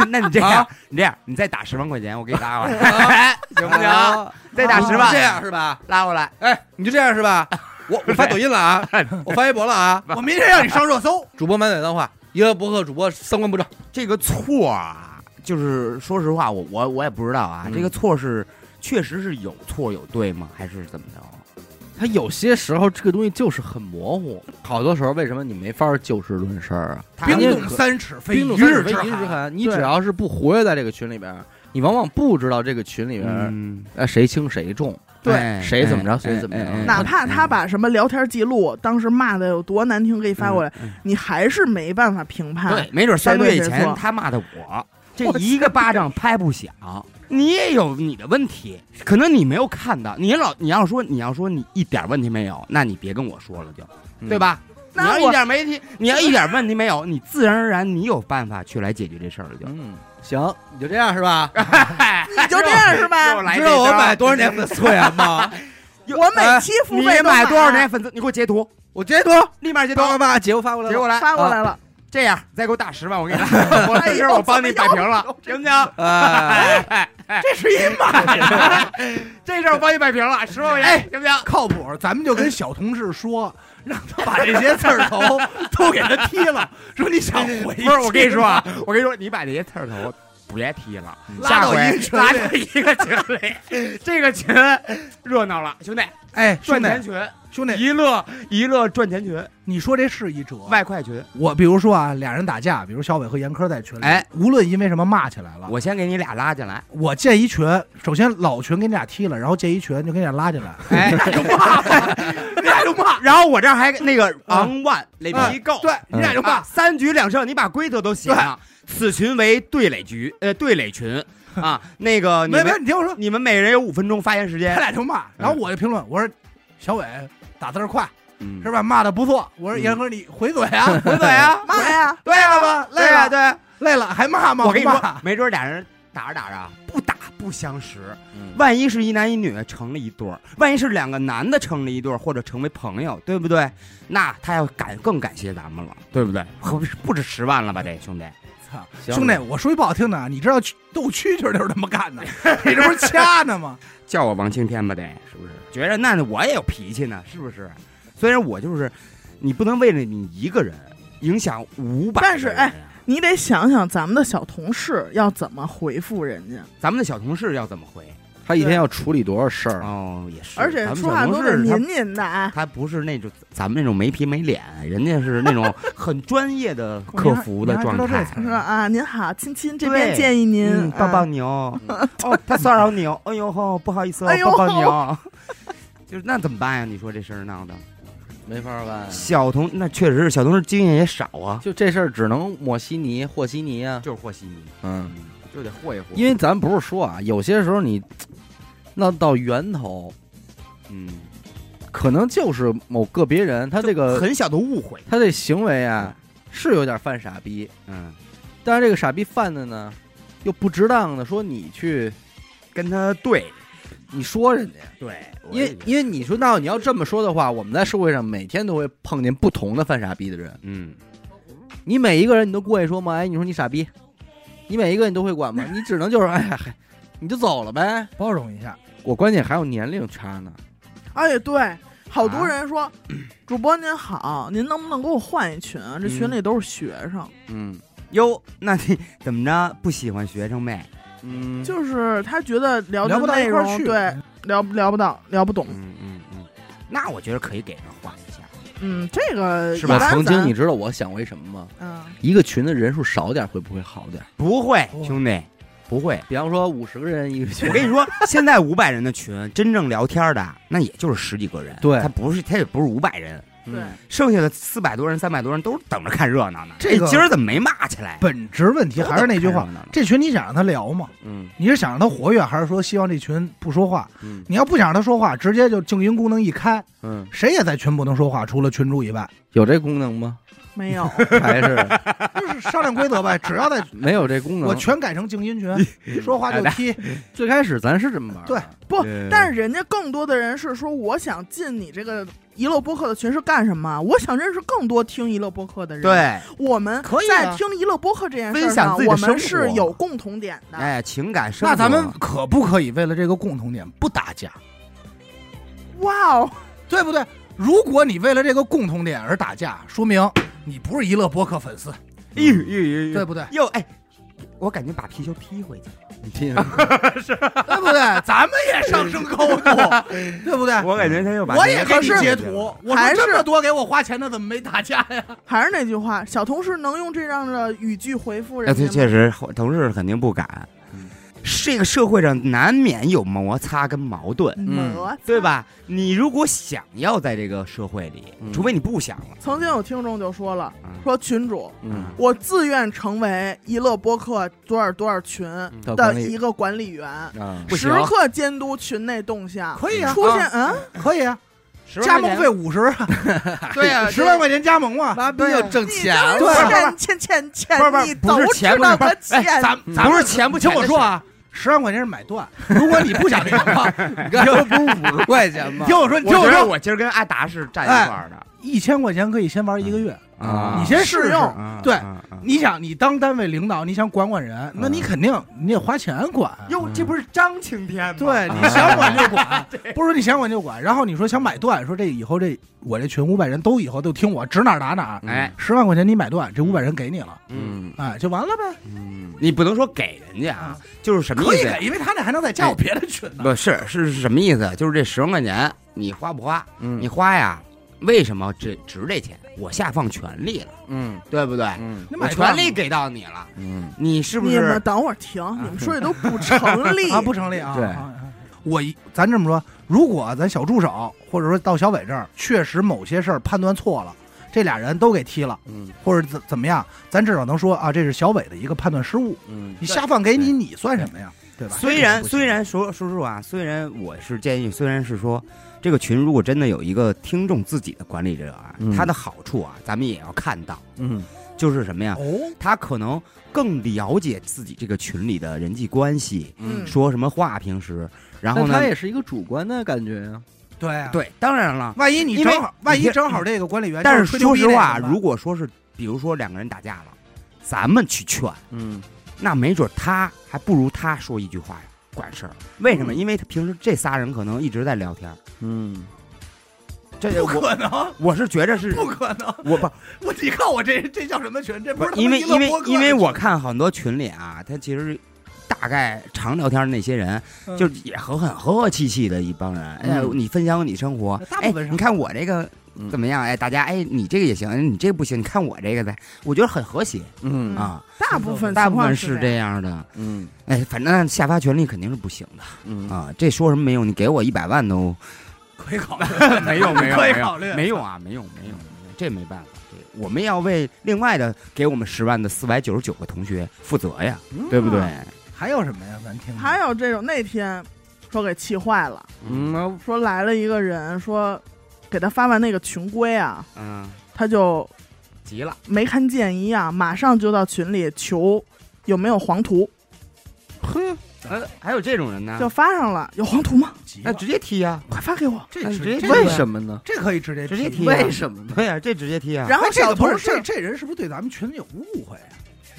那你这样啊，你这样，你再打十万块钱，我给你拉过 来， 行不行？啊再打十你就这万，样是吧？拉过来。哎，你就这样是吧？我我发抖音了 啊，我发微博了 啊，我明天让你上热搜。主播满嘴脏话，一个博客主播三观不正。这个错啊，就是说实话，我我我也不知道啊，嗯这个错是确实是有错有对吗？还是怎么着？他有些时候这个东西就是很模糊，好多时候为什么你没法就事论事儿啊？他冰人家冻三尺，非冰一冻三尺日非一日寒。寒，你对只要是不活跃在这个群里边儿，你往往不知道这个群里边儿嗯，呃谁轻谁重，对哎谁怎么着哎谁怎么着哎哎哎哪怕他把什么聊天记录当时骂的有多难听给你发过来，嗯嗯你还是没办法评判对，。没准三个月以谁对谁前错他骂的我，这我一个巴掌拍不响。你也有你的问题，可能你没有看到。你老你要说你要说你一点问题没有，那你别跟我说了就，嗯对？吧？你那要我一点没题，你要一点问题没有，你自然而然你有办法去来解决这事儿了就。嗯，行，你就这样是吧？你 就这样 是吧？又来知这道我招买多少年粉丝会啊员吗？又我每期 付哎你费都啊买多少年粉丝？你给我截图，我截图，立马截图，帮我把截图发过来吧。截过来。啊发过来了，这样，再给我打十万，我给你打。我这事儿我帮你摆平了，行不行？哎，这是一骂，这事儿我帮你摆平了，十万块哎钱，行不行？靠谱，咱们就跟小同事说，让他把这些刺儿头都给他踢了，说你想回去。不是，我跟你说啊，我跟你说，你把这些刺儿头别踢了，拉下到回一个群拉里到一个群里，这个群热闹了，兄弟，哎，赚兄钱，弟群，兄弟，娱乐娱乐赚钱群，你说这是一折。外快群。我比如说啊，俩人打架，比如小伟和严科在群里，哎，无论因为什么骂起来了，我先给你俩拉进来，我建一群，首先老群给你俩踢了，然后建一群就给你俩拉进来，哎，就骂，你俩就骂。然后我这儿还那个 on one 垒皮够，啊对，你俩就骂。啊，三局两胜，你把规则都写上。此群为对垒局，呃，对垒 群啊。那个你没没，们你听我说，你们每人有五分钟发言时他间，俩就骂，然后我就评论，我说小伟打字儿快嗯是吧？骂的不错。我说嗯严哥你回嘴 啊，回嘴啊，骂呀！累了吧？对累呀了，对呀。累了还骂吗？我跟你不说骂，，没准俩人打着打着啊不打不相识，嗯万一是一男一女成了一对儿，万一是两个男的成了一对儿，或者成为朋友，对不对？那他要感更感谢咱们了，对不对？不不止十万了吧，这兄弟？操行兄弟，我说句不好听的啊，你知道去斗蛐蛐儿就是这么干 的，你这不是掐呢吗？叫我王青天吧，得是不是？觉着那我也有脾气呢，是不是？虽然我就是，你不能为了你一个人影响五百。但是哎，你得想想咱们的小同事要怎么回复人家，咱们的小同事要怎么回？他一天要处理多少事儿？哦，也是，嗯而且咱们说小话同都是事他黏黏的啊。他不是那种咱们那种没皮没脸，人家是那 种很专业的客服的状你还知道态这。词说啊，您好，亲亲，这对边建议您嗯，抱抱啊你 哦，哦，他骚扰你哦，哎呦吼，不好意思哦哎，呦抱抱你哦，就是那怎么办呀？你说这事儿闹的，没法办，小同那确实是小同事经验也少啊，就这事儿只能抹稀泥、和稀泥啊。就是和稀泥，嗯，就得和一和因为咱不是说啊，有些时候你闹到源头，嗯，可能就是某个别人他这个很小的误会，他这行为啊是有点犯傻逼，嗯，但是这个傻逼犯的呢又不值当的说你去跟他对你说人家，对，因为因为你说那你要这么说的话，我们在社会上每天都会碰见不同的犯傻逼的人，嗯，你每一个人你都过去说吗？哎，你说你傻逼，你每一个你都会管 吗？你只能就是哎呀，嗨你就走了呗。包容一下，我关键还有年龄差呢，哎呀，对，好多啊 人说，主播您好，您能不能给我换一群啊？这群嗯里都是学生，嗯哟，那你怎么着不喜欢学生妹？嗯，就是他觉得聊聊的不到一内块儿容去嗯对聊不聊不到聊不懂，嗯嗯嗯，那我觉得可以给他换一下。嗯，这个是我吧一般曾经咱你知道我想过一什么吗？嗯，一个群的人数少点会不会好点？不会不，会兄弟，不会。比方说五十个人一个群，我跟你说，现在五百人的群，真正聊天的那也就是十几个人，对他不是，他也不是五百人，嗯 对，剩下的四百多人、三百多人都是等着看热闹呢。这个哎今儿怎么没骂起来？本质问题还是那句都话等着看热闹呢，这群你想让他聊吗？嗯你是想让他活跃，还是说希望这群不说话？嗯你要不想让他说话，直接就静音功能一开，嗯，谁也在群不能说话，除了群主以外，有这功能吗？没 有，还 是就是商量规则呗。只要在没有这功能？我全改成静音 群，嗯哎说话就踢。最开始咱是这么玩儿的，不对，但是人家更多的人是说，我想进你这个娱乐播客的群是干什么？我想认识更多听娱乐播客的人。，对，我们可以啊在听娱乐播客这件事分儿享上，自己的我生活们是有共同点的。哎，情感生活嗯那咱们可不可以为了这个共同点不打架，哇哦，对不对？如果你为了这个共同点而打架，说明你不是娱乐播客粉丝，哎呦，呦呦呦，对不对？哟，哎，我感觉把皮球踢回去。 对不对？咱们也上升高度， 对不对？我感觉他又把我也给你可是截图，我还说是这么多给我花钱的，怎么没打架呀？还是那句话，小同事能用这样的语句回复那人他家吗？确实，同事肯定不敢嗯。这个社会上难免有摩擦跟矛盾，嗯摩擦对？吧？你如果想要在这个社会里，嗯除非你不想了，曾经有听众就说了嗯，说群主，嗯，我自愿成为一乐播客多少多少群到嗯管的理一个管理员，啊，不时行刻监督群内动向。可以啊，出现嗯，可以啊，加盟费五十，啊 对呀、十万块钱加盟嘛，妈逼又挣啊你钱了，就对是欠欠欠欠不是不，是你不是都钱知不是道不他是哎欠。咱咱不是钱不听钱我的说事啊，十万块钱是买断，如果你不想这样的 话，你刚才不是五十块钱吗 听？我说，你我听觉我得说，我今儿跟阿达是站一块儿的一千块钱可以先玩一个月，啊你先试试试。用对啊啊你想，你当单位领导，你想管管人，那嗯你肯定你得花钱管。哟，这不是张晴天吗？对，你啊想管就管，不是说你想管就管。然后你说想买断，说这以后这我这群五百人都以后都听我，指哪儿打哪儿，哎，十万块钱你买断，这五百人给你了，嗯哎，就完了呗。嗯你不能说给人家啊，就是什么可意以思呀给，？因为他那还能再哎加我别的群呢。不是是是什么意思？就是这十万块钱你花不花？嗯你花呀？为什么这值这钱？我下放权利了，嗯对不对？嗯你我买断权了利给到你了，嗯你是不你们是？等会儿停，你们说的都不成立 啊，不成立啊。对啊，啊我一咱这么说，如果咱小助手或者说到小伟这儿，确实某些事儿判断错了，这俩人都给踢了，嗯或者怎怎么样，咱至少能说啊，这是小伟的一个判断失误。嗯你下放给对你，你算什么呀？对吧？虽然这个不行虽然说说实话，虽然我是建议，虽然是说这个群如果真的有一个听众自己的管理者啊，嗯他的好处啊，咱们也要看到，嗯就是什么呀？哦，他可能更了解自己这个群里的人际关系，嗯说什么话平时，然后那呢他？也是一个主观的感觉呀，对啊，，对，当然了，万一你因为正好，万你一正好这个管理员，但是说实话，如如果说是比如说两个人打架了，咱们去劝，嗯那没准他还不如他说一句话管事儿。为嗯什么？因为他平时这仨人可能一直在聊天儿，嗯这 不我可能，我是觉着是不可能，我不我你看我这这叫什么群？这不不是他妈因为一乐因为播客因为的群我看很多群里啊，他其实大概常聊天的那些人，嗯就是也和很和和气气的一帮人。哎呀，嗯你分享你生活，大部哎分，是你看我这个嗯怎么样？哎，大家哎，你这个也行，哎你这个不行，你看我这个呗，我觉得很和谐嗯啊。大部分大部分情是况这这样的，嗯哎，反正下发权利肯定是不行嗯的，啊。这说什么没用？你给我一百万都可以考虑， 没用， 没用，可以没考用，虑没用啊，没用，没用，没用这没办法。这我们要为另外的给我们十万的四百九十九个同学负责呀，对不对？还有什么呀？咱听听还有这种那天说给气坏了，嗯，那说来了一个人说给他发完那个群规啊，嗯，他就急了，没看见一样，马上就到群里求有没有黄图，哼，呃，还有这种啊人呢就发上了，有黄图吗？急那了直接踢呀，快发给我。这那直直接接问为对什么呢？这可以直接直接提提啊哎为什么呢？对呀，这直接踢呀。然后这小个不同是啊哎这事，这人是不是对咱们群有误会啊？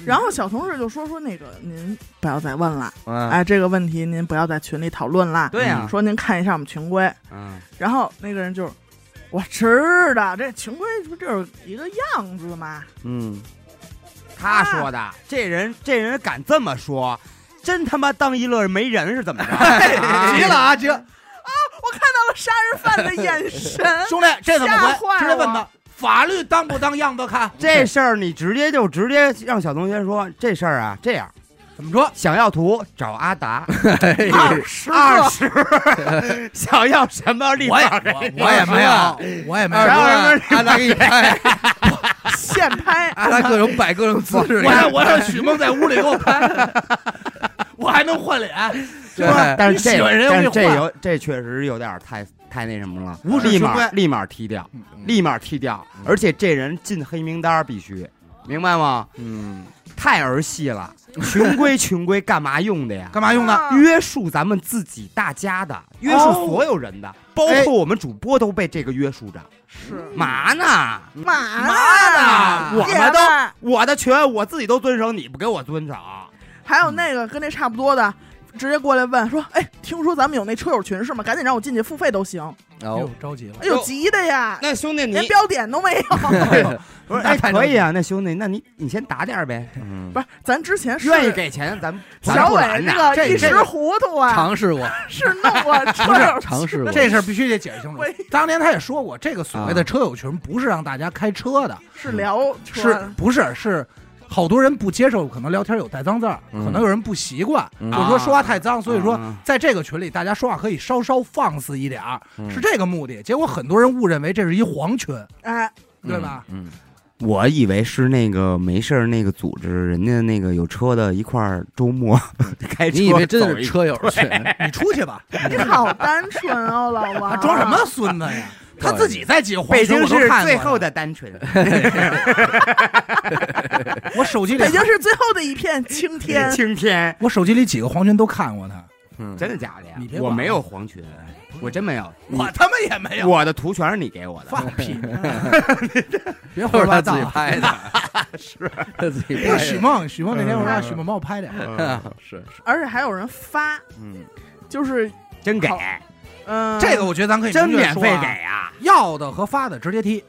然后小同事就说说那个您不要再问了，啊，嗯哎，这个问题您不要在群里讨论啦。嗯对呀，说您看一下我们群规，嗯，然后那个人就是我知道这群规不就是一个样子吗？嗯他说的，这人这人敢这么说，真他妈当一乐儿没人是怎么 着？啊急了啊，急哎了！我看到了杀人犯的眼 神，兄弟，这怎么吓坏回我？直接问他，法律当不当样子看？这事儿你直接就直接让小同学说这事儿啊，这样怎么说？想要图找阿 达，二十二个十想要什么立我也马给你我也没有，我也没有二。啊然后十万，阿达给你拍，现拍，哎阿达各种摆各种姿势，我让我让许梦在屋里给我拍， 我还能换脸，对，但是这你喜欢人但是容易这换有这确实有点太太那什么了，无视立群马规立马踢掉，立马踢掉，而且这人进黑名单儿必须，明白吗？嗯太儿戏 了，群规群规干嘛用 的呀？干嘛用的？啊约束咱们自己大家的，约束所有人的，哦包哎括我们主播都被这个约束着。是嘛呢？嘛嘛呢呢？我姐们都们儿我的群我自己都遵守，你不给我遵守，还有那个跟这差不多的，直接过来问说：“哎，听说咱们有那车友群是吗？赶紧让我进去付费都行。然哎呦后，着急了”哎。呦，急的呀，那兄弟连标点都没有。 不是那哎太可以啊，那兄弟，那你你先打点儿呗，嗯不是，咱之前是愿意给钱咱咱小不啊伟拦着那个这一时糊涂啊，尝试过，是弄我车友尝试过，这事儿必须得解释清楚喂。当年他也说过，这个所谓的车友群不是让大家开车的，是聊车是不是是好多人不接受，可能聊天有带脏字儿，嗯可能有人不习惯，嗯或者说说话太脏，所以说啊在这个群里，大家说话可以稍稍放肆一点儿，嗯是这个目的。结果很多人误认为这是一黄群，哎，对吧？嗯，我以为是那个没事儿，那个组织人家那个有车的，一块儿周末开车，你以为真的是？车友群？你出去吧，你好单纯哦，老王，他啊装什么孙子呀？他自己在几个黄北群京我都市看过最呀后的单纯，，我手机里北京市最后的一片青天 晴天，我手机里几个黄群都看过他，嗯真的假的呀你别？我管没有黄群，我真没有，我他妈也没有，我的图全是你给我的。放 屁，别胡 都说是他八道自己啊。拍的，是他自己那拍许的。梦，许梦那天我让许梦帮我拍的，是是，而且还有人发，嗯，就是真给，好嗯，这个我觉得咱可以真明确免说费啊给啊！要的和发的直接踢。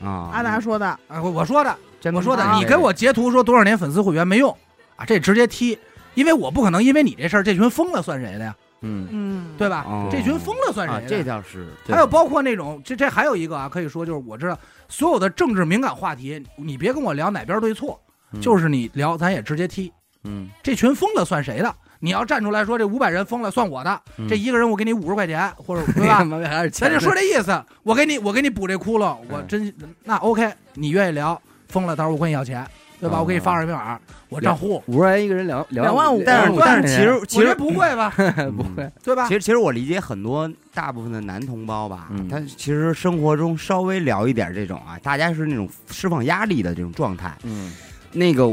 啊阿达，说的，啊，我我说的，真我说的，免你费给我截图说多少年粉丝会员没用啊，这直接踢，因为我不可能因为你这事儿，这群疯了算谁的呀，嗯，嗯，对吧？哦这群疯了算啊，谁这的？倒是对还有包括那种，这这还有一个啊，可以说就是我知道所有的政治敏感话题，你别跟我聊哪边对错，就是你聊咱也直接踢，嗯，这群疯了算谁的？你要站出来说这五百人疯了算我的，嗯这一个人我给你五十块钱，或者对对嗯吧吧？？还是咱钱就说这意思，我给你，我给你补这窟窿，我真那 OK，你愿意聊，疯了，到时候我管你要钱，对吧？嗯我给你发二维码，我账户，五十元一个人两两万五但是但是我但是其实其我实觉得不会啊吧，不会，对吧其？实其实我理解很多大部分的男同胞吧嗯，他其实生活中稍微聊一点这种啊，大家是那种释放压力的这种状态。嗯，那个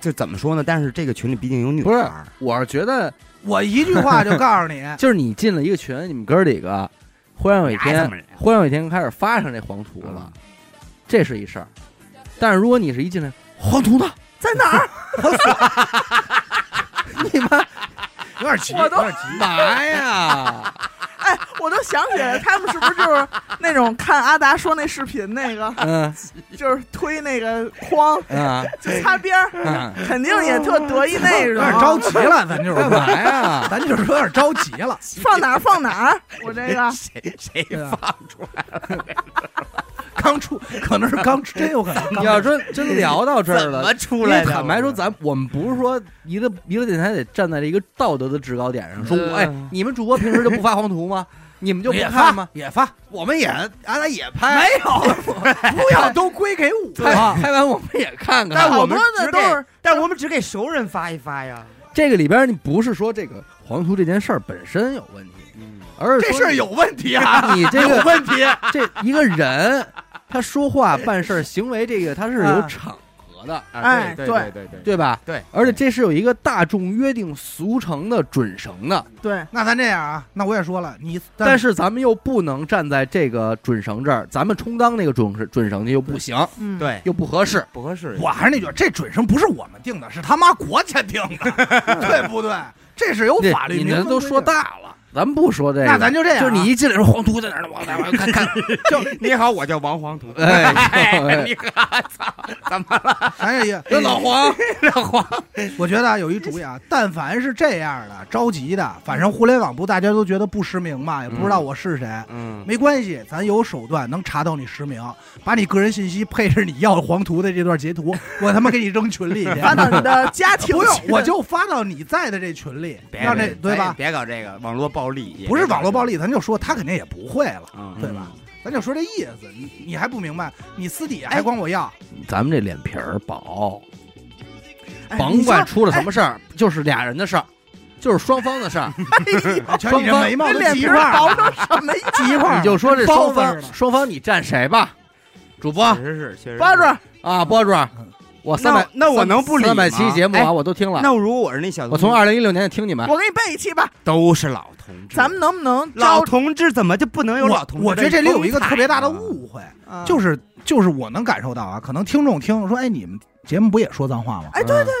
就怎么说呢？但是这个群里毕竟有女不是孩，我是觉得我一句话就告诉你， 就是你进了一个群，你们哥儿几个，忽然有一你还天这么，啊聊忽然有一天开始发上这黄图了，这是一事儿。但是如果你是一进来，黄图呢？在哪儿？有点急，我都有点急。嘛呀？哎，我都想起来了，他们是不是就是那种看阿达说那视频那个， 嗯就是推那个筐啊就擦边儿，嗯，肯定也特得意那有种，点着急了，咱就是干嘛说，呀？咱就是说有点着急了，放哪儿放哪儿，我 这个谁谁对吧？刚出，可能是刚出，真有可能刚出。 你要说真聊到这儿了，出因为坦白说，咱我们不是说一个一个电台得站在这一个道德的制高点上，说嗯我哎，你们主播平时就不发黄图吗？ 你们就不也看吗发？也发，我们也阿达也没拍，有，不要都归给拍我。拍完我们也看看。但我们好多的只都是给，但我们只给熟人发一发呀。这个里边，你不是说这个黄图这件事儿本身有问题，而是这说事儿有问题啊！你这有个问 题，啊这一个人，他说话、办事儿、行为，这个他是有啊场合的，哎对对对对对对吧？对，而且这是有一个大众约定俗成的准绳的，对，那咱这样啊，那我也说了，你但是是咱们又不能站在这个准绳这儿，咱们充当那个准绳准绳去又不行，嗯，对又不合适。不合适。我还是那句话，这准绳不是我们定的，是他妈国家定 的，对不对？这是有这法律你明这文都规说定的，大了，咱们不说这个，那咱就这样啊就是你一进来说黄图在哪儿呢？我在我看看，就你好，我叫王黄图。 哎，你好，操，怎么了？哎呀，那老黄，老黄，我觉得啊有一主意啊，但凡是这样的着急的，反正互联网不大家都觉得不实名嘛，也不知道我是谁。嗯，没关系，咱有手段能查到你实名，把你个人信息配着你要黄图的这段截图，我他妈给你扔群里去。发到你的家庭啊不用，群我就发到你在的这群里，让这对吧？别搞这个网络暴力，不是网络暴力，咱就说他肯定也不会了，嗯对吧？咱就说这意思，你你还不明白？你私底下还管我要？咱们这脸皮儿薄，哎甭你管说出了什么事儿，就是俩人的事儿，就是双方的事儿， 全你这眉毛这哎都脸挤皮一儿块儿薄了，成什么样？挤一块儿了，你就说这包双子儿方了双方你站谁吧？主播确实是，确实是。包主，啊，博主，我三百那那我能不理三百吗期节目啊，哎我都听了，那如果我是那小同志，我从二零一六年就听你们，我给你背一期吧，都是老同志，咱们能不能招老？同志怎么就不能有老我同志？我觉得这里有一个特别大的，误会，嗯就是就是我能感受到啊，可能听众听说，哎，你们节目不也说脏话吗？哎，对对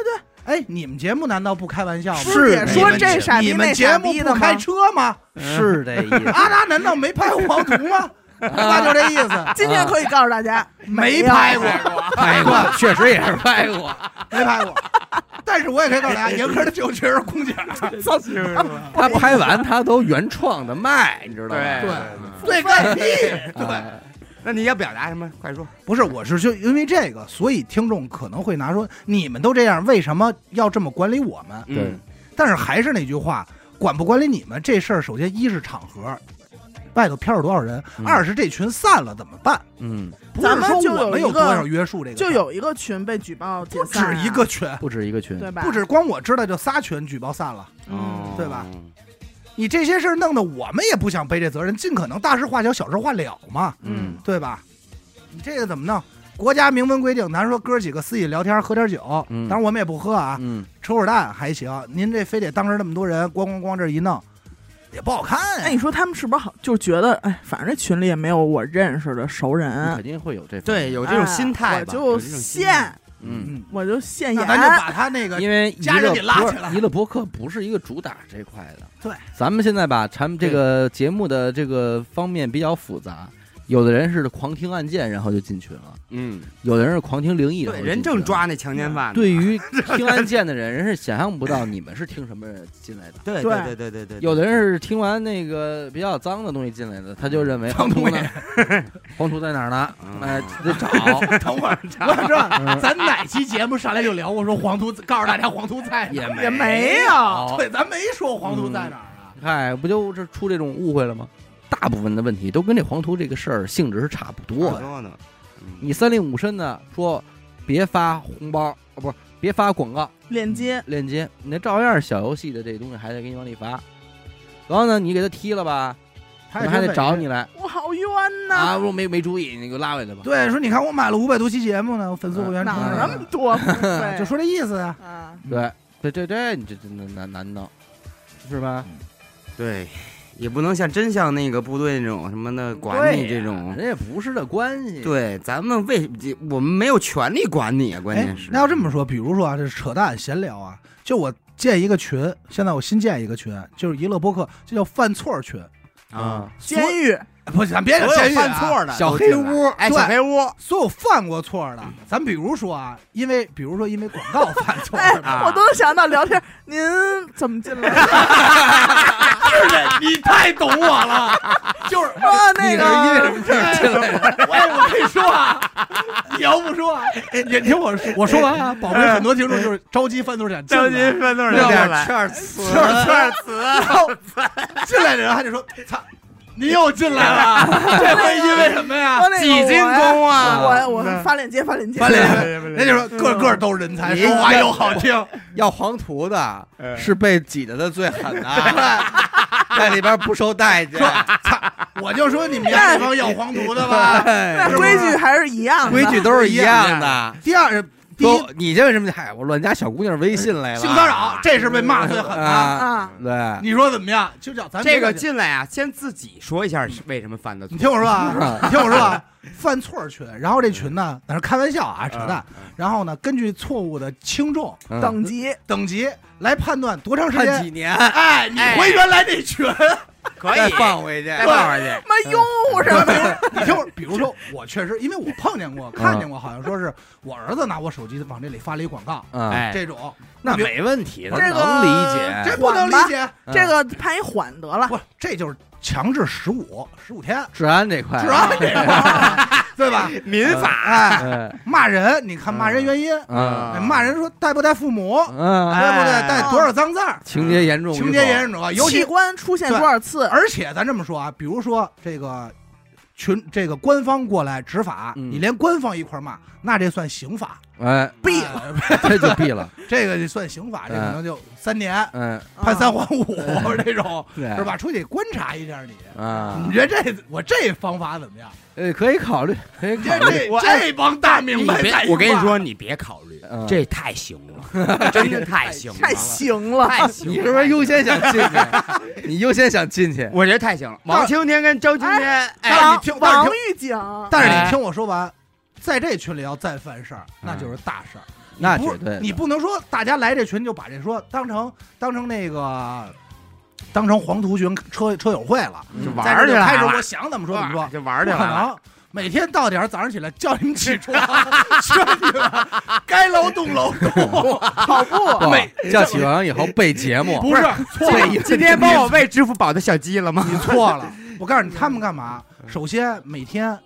哎，你们节目难道不开玩笑吗？不是也说你们这傻逼你们那节傻目逼不的吗开车 吗？是这意思。阿达难道没拍过黄图吗？ 那就这意思，啊今天可以告诉大家，没有拍过， 拍过，确实也是拍过。没拍过。但是我也可以告诉大家，严哥的就确实是空 姐儿，他拍完他都原创的卖，你知道吗？对对个屁，对哎，那你要表达什么？快说。不是，我是就因为这个，所以听众可能会拿说你们都这样，为什么要这么管理我们？对嗯，但是还是那句话，管不管理你们这事儿，首先一是场合，外头飘着多少人；嗯二是这群散了怎么办？嗯，不咱是们就说我们有一有个多少约束这个事儿，就有一个群被举报解不散、啊止一个，群，不止一个群，哦对吧？不止哦光我知道就仨群举报散了。嗯，对哦吧？你这些事儿弄得我们也不想背这责任，尽可能大事化小，小事化了嘛，嗯对吧？你这个怎么弄？国家明文规定，咱说哥几个私底聊天喝点酒，嗯当然我们也不喝啊，嗯，扯会儿蛋还行。您这非得当着那么多人，咣咣咣这一弄，也不好看啊那、呀、你说他们是不是好就觉得，哎，反正这群里也没有我认识的熟你人肯，定会有这方面对，有这种心态哎吧，我就有这种心态现，嗯，嗯，我就现那眼，咱就把他那个因为家人娱乐给拉博起来娱乐博客不是一个主打这块的，对，咱们现在吧，产这个节目的这个方面比较复杂，有的人是狂听案件然后就进群了，嗯，有的人是狂听灵异，然后就进对，人群正了抓那强奸犯呢。对于听案件的人，人是想象不到你们是听什么人进来的。对对对对对对，有的人是听完那个比较脏的东西进来的，他就认为脏黄东图西呢，黄图在哪儿呢？哎，得找。 等会儿，我想知道咱哪期节目上来就聊，我说黄图，告诉大家黄图在哪儿也也没有，有对，咱没说黄图在哪儿啊。嗨，不就是出这种误会了吗？大部分的问题都跟这黄图这个事儿性质是差不多我的。说呢，嗯你三令五申的说别发红包，啊，不是别发广告链接，链接，你那照样小游戏的这东西还得给你往里发。然后呢，你给他踢了吧，他可能还得找你来我好冤呐、啊！我没没注意，你给我拉回来吧。对，说你看我买了五百多期节目呢，我粉丝会员哪充儿了那么多付费？就说这意思啊。啊，对，这这这你这这难难难弄，是吧？对，也不能像真像那个部队那种什么的管你这种人。家也不是这关系。，对，咱们为我们没有权利管你啊，关哎键是。那要这么说，比如说啊，这是扯淡闲聊啊，就我建一个群，现在我新建一个群，就是娱乐播客，这叫犯错群。啊，监狱不是，咱别讲所有监狱、啊、犯错的小都黑进来屋哎，对小黑屋所有犯过错的，咱比如说啊，因为比如说因为广告犯错哎 的，，我都能想到聊天，您怎么进来的？你太懂我了， 就是。说那你是因为什个么事儿进来的？我我跟你说啊，你要不说啊，你听我说，我说完啊，保证很多听众就是着急犯错想进来，犯错要进点来，儿词是是圈词，然后进来的人还得说：“操，你又进来了， 这回因为什么呀说那个几斤我功啊？呀我我发链接发链接？”翻脸翻脸 人家说个个都是人才，说话又好听，要黄图的嗯是被挤得的最狠的，啊在里边不受待见。我就说你们家这帮要黄图的 吧，哎那规矩还是一样的，规矩都是一样不一的。第二是第一说你这为什么？嗨，我乱加小姑娘微信来了，性骚啊扰，这是被骂最狠的。啊！啊，对，你说怎么样？就叫咱嗯这个进，进来啊，先自己说一下是为什么犯的错你。听我说啊，你听我说啊，犯错群，然后这群呢，那是开玩笑啊，扯淡。然后呢，根据错误的轻重嗯等级等级来判断多长时看间几年哎，你回原来那群，可再放回去，再放啊回去。妈哟什么的，你听我，比如说我确实，因为我碰见过、看见过，好像说是我儿子拿我手机往这里发了一广告，啊，哎，这种那没问题的，这个能理解。这不能理解，嗯这个判一缓得了，不，这就是强制十五十五天，治安这块，治安这块儿，对吧？民法哎，哎，骂人，你看骂人原因，嗯哎骂人说带不带父母，嗯，对不对？哎带多少脏字儿，情节严重与否，情节严重，啊尤器其官出现多少次？而且咱这么说啊，比如说这个群这个官方过来执法，嗯你连官方一块儿骂，那这算刑法，哎，毙了了。这就毙了，这个就算刑法，这可能就三年、嗯，判三啊缓五 这种，对，是？吧？出去观察一下你，啊你，觉得这我这方法怎么样？哎呃，可以考虑，可以考这虑，这这帮大明白在一块儿，我跟你说，你别考 虑嗯，这太行 了，真的太行了，太行了，太行了。你是不是优先想进去？ 你优先想进去？我觉得太行了。王青天跟周青天，哎，但王是你听但是王你玉警，但是你听我说完，在这群里要再犯事儿，那就是大事儿。那不绝对的，你不能说大家来这群就把这说当成当成那个当成黄图群车车友会了，就嗯在玩这儿去就了，哎开始我想怎么说怎么说，就玩儿不去可了。能。每天到点儿早上起来叫你们起床，说你们该劳动劳动，跑不哦啊步叫起床以后备节目，不是错了，这今天帮我喂支付宝的小鸡了吗？你错了。我告诉你，他们干嘛？首先每天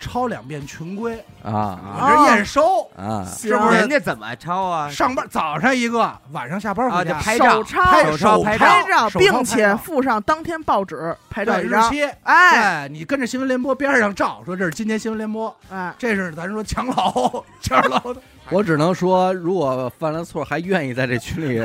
抄两遍群规，我啊这验收，啊是不是人家怎么抄啊？上班早上一个，晚上下班啊，回就家。拍照，手抄手抄拍手拍抄照，手并抄且拍照附上当天报纸拍照对一日张。期，哎对你跟着新闻联播边上照，说这是今天新闻联播，哎，这是咱说强劳 强劳的，我只能说，如果犯了错还愿意在这群里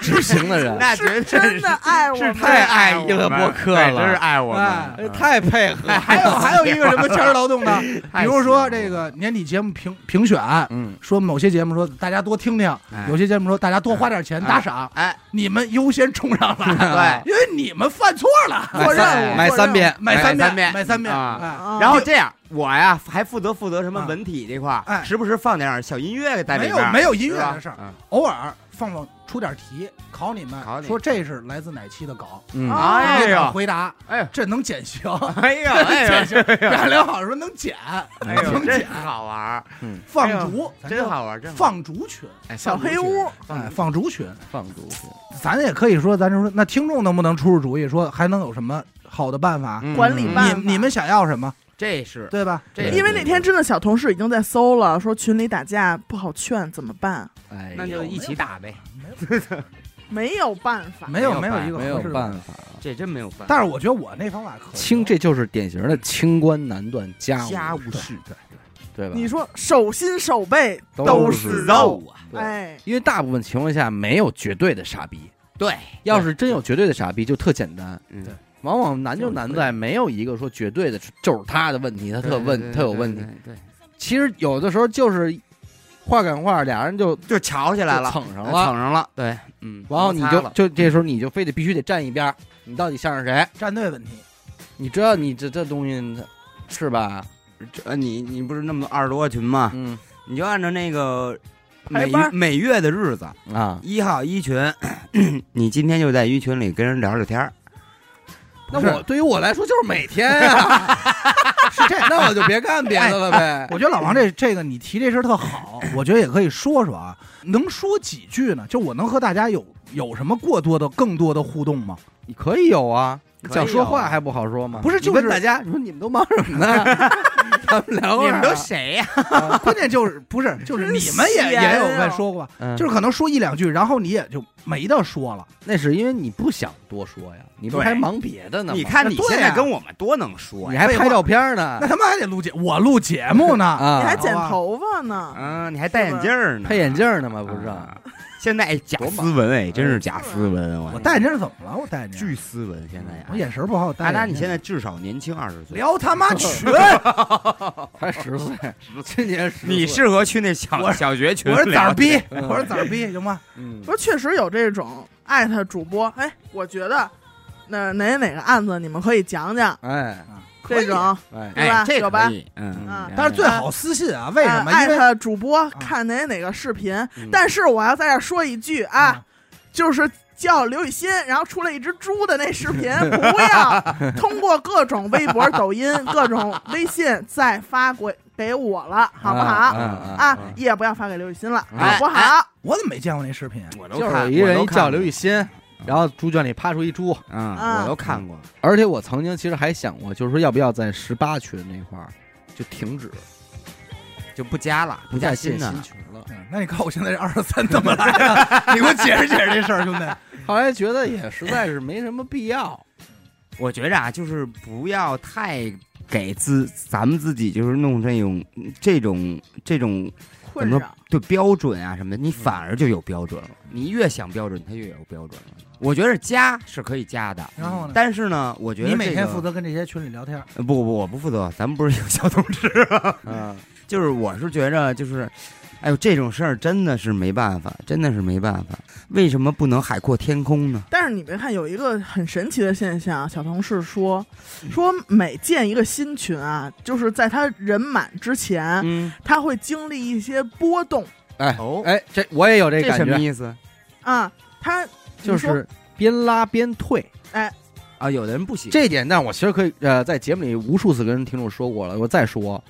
执行的人， 那绝对真的爱我是们，啊太爱伊勒伯克了对真是爱我哎们，太配合 了。还有还有一个什么强劳动的，比如说这个个年底节目评评选，嗯，说某些节目说大家多听听，哎有些节目说大家多花点钱打赏，哎，你们优先冲上来，对。哎因为你们犯错了，买做任三务买做任三务遍， 哎买三三遍买三遍，啊哎啊然后这样，我呀还负责负责什么啊文体这块儿，哎时不时放点小音乐在没里有边，没有音乐是吧的事儿，嗯偶尔放放出点题考你们考，你说这是来自哪期的梗，嗯啊哎你敢呦，回答，哎呦，这能减刑。哎 呦，哎减呦，刑，表良好说能减， 哎能呦，真减，好玩儿，放逐，咱真就好玩儿，真好玩放逐群，儿哎小放黑出去屋，哎，放逐群，放逐去，咱也可以说，咱就说，那听众能不能出出主意，说还能有什么好的办法？嗯管理嗯办法你你们想要什么，这是对吧？这对因为那天真的小同事已经在搜了，说群里打架不好劝，怎么办？哎，那就一起打呗，没有办法，没有没有有办一个没合有适的办。法。这真没有办法。但是我觉得我那方法可以清，这就是典型的清官难断家务家务事，事对吧？你说手心手背都是是肉，啊，对哎，因为大部分情况下没有绝对的傻逼，对，要是真有绝对的傻逼，就特简单。嗯对往往难就难在没有一个说绝对的，就是他的问题，他特问，他有问题。，对，对其实有的时候就是话赶话，俩人就就瞧起来了，哎就蹭上了蹭上了，对，嗯，然后你摩擦就了就这时候你就非得必须得站一边儿，你到底向着谁？战队问题，你知道你这这东 西是吧？这呃你你不是那么多二十多个群吗？嗯你就按照那个排每班儿每月的日子，啊，一号一群， 你今天就在一群里跟人聊聊天儿，那不是我对于我来说就是每天啊， 是这，那我就别干别的了呗。我觉得老王这这个你提这事儿特好，我觉得也可以说说啊，能说几句呢？就我能和大家有有什么过多的、更多的互动吗？你可以有啊，可以想有说话还不好说吗？不是你就是问大家，你说你们都忙什么呢？ 咱 们聊会你儿啊们都谁呀？关键就是不是就是你们也真闲啊也有在说过吧，嗯就是可能说一两句，然后你也就没得说了。那是因为你不想多说呀，你不对还忙别的呢吗？你看你对啊现在跟我们多能说你呀，还拍照片呢 那他妈还得录节，我录节目呢，啊，你还剪好吧头发呢，嗯，你还戴眼镜儿呢，配眼镜呢吗？不是，啊。现在哎假斯文哎，真是假斯文，我我戴眼镜儿怎么了？我戴眼镜儿，巨斯文现在呀我。眼神不好，我戴大眼家，镜儿。你现在至少年轻二十岁，聊他妈群，才十岁， 今年十岁，你适合去那小我小学群我聊天。是崽儿逼，嗯我是崽儿逼，行吗？嗯不是确实有这种艾特主播，哎，我觉得那哪哪个案子你们可以讲讲哎可这以种，哎对吧哎，这有个吧可以，嗯嗯，但是最好私信啊，为什么？哎艾因为啊嗯特主播看哪哪个视频，但是我要在这儿说一句啊，，就是叫刘雨欣，然后出来一只猪的那 视频，不要通过各种微博、抖音、各种微信再发过给我了，好不好？啊啊啊，也不要发给刘雨欣了，哎好不好？我怎么没见过那视频啊？我都就看是一人一叫刘，雨我都看欣，然后猪圈里趴出一猪。过嗯，啊我都看过，而且我曾经其实还想过，就是说要不要在十八群那块儿就停止，就不加了，不加再建的新，群了。嗯那你看我现在这二十三怎么来的？ 你给我解释解释这事儿， 兄弟。后来觉得也实在是没什么必要。我觉着啊，就是不要太给自咱们自己就是弄这种这种这种困扰，对标准啊什么的，你反而就有标准了。你越想标准，它越有标准了。我觉得加是可以加的，然后呢但是呢，我觉得你每这天个负责跟这些群里聊天儿，呃不不，我不负责，咱们不是有小同志 吗？嗯，就是我是觉着就是，哎呦，这种事儿真的是没办法，真的是没办法。为什么不能海阔天空呢？但是你别看有一个很神奇的现象，小同事说，说每建一个新群啊，就是在他人满之前，嗯，他会经历一些波动哎哦哎，这我也有这这感什么觉，意思啊，他就你说是边拉边退啊？有的人不喜欢，这一点，但我其实可以呃，在节目里无数次跟听众说过了。我再说，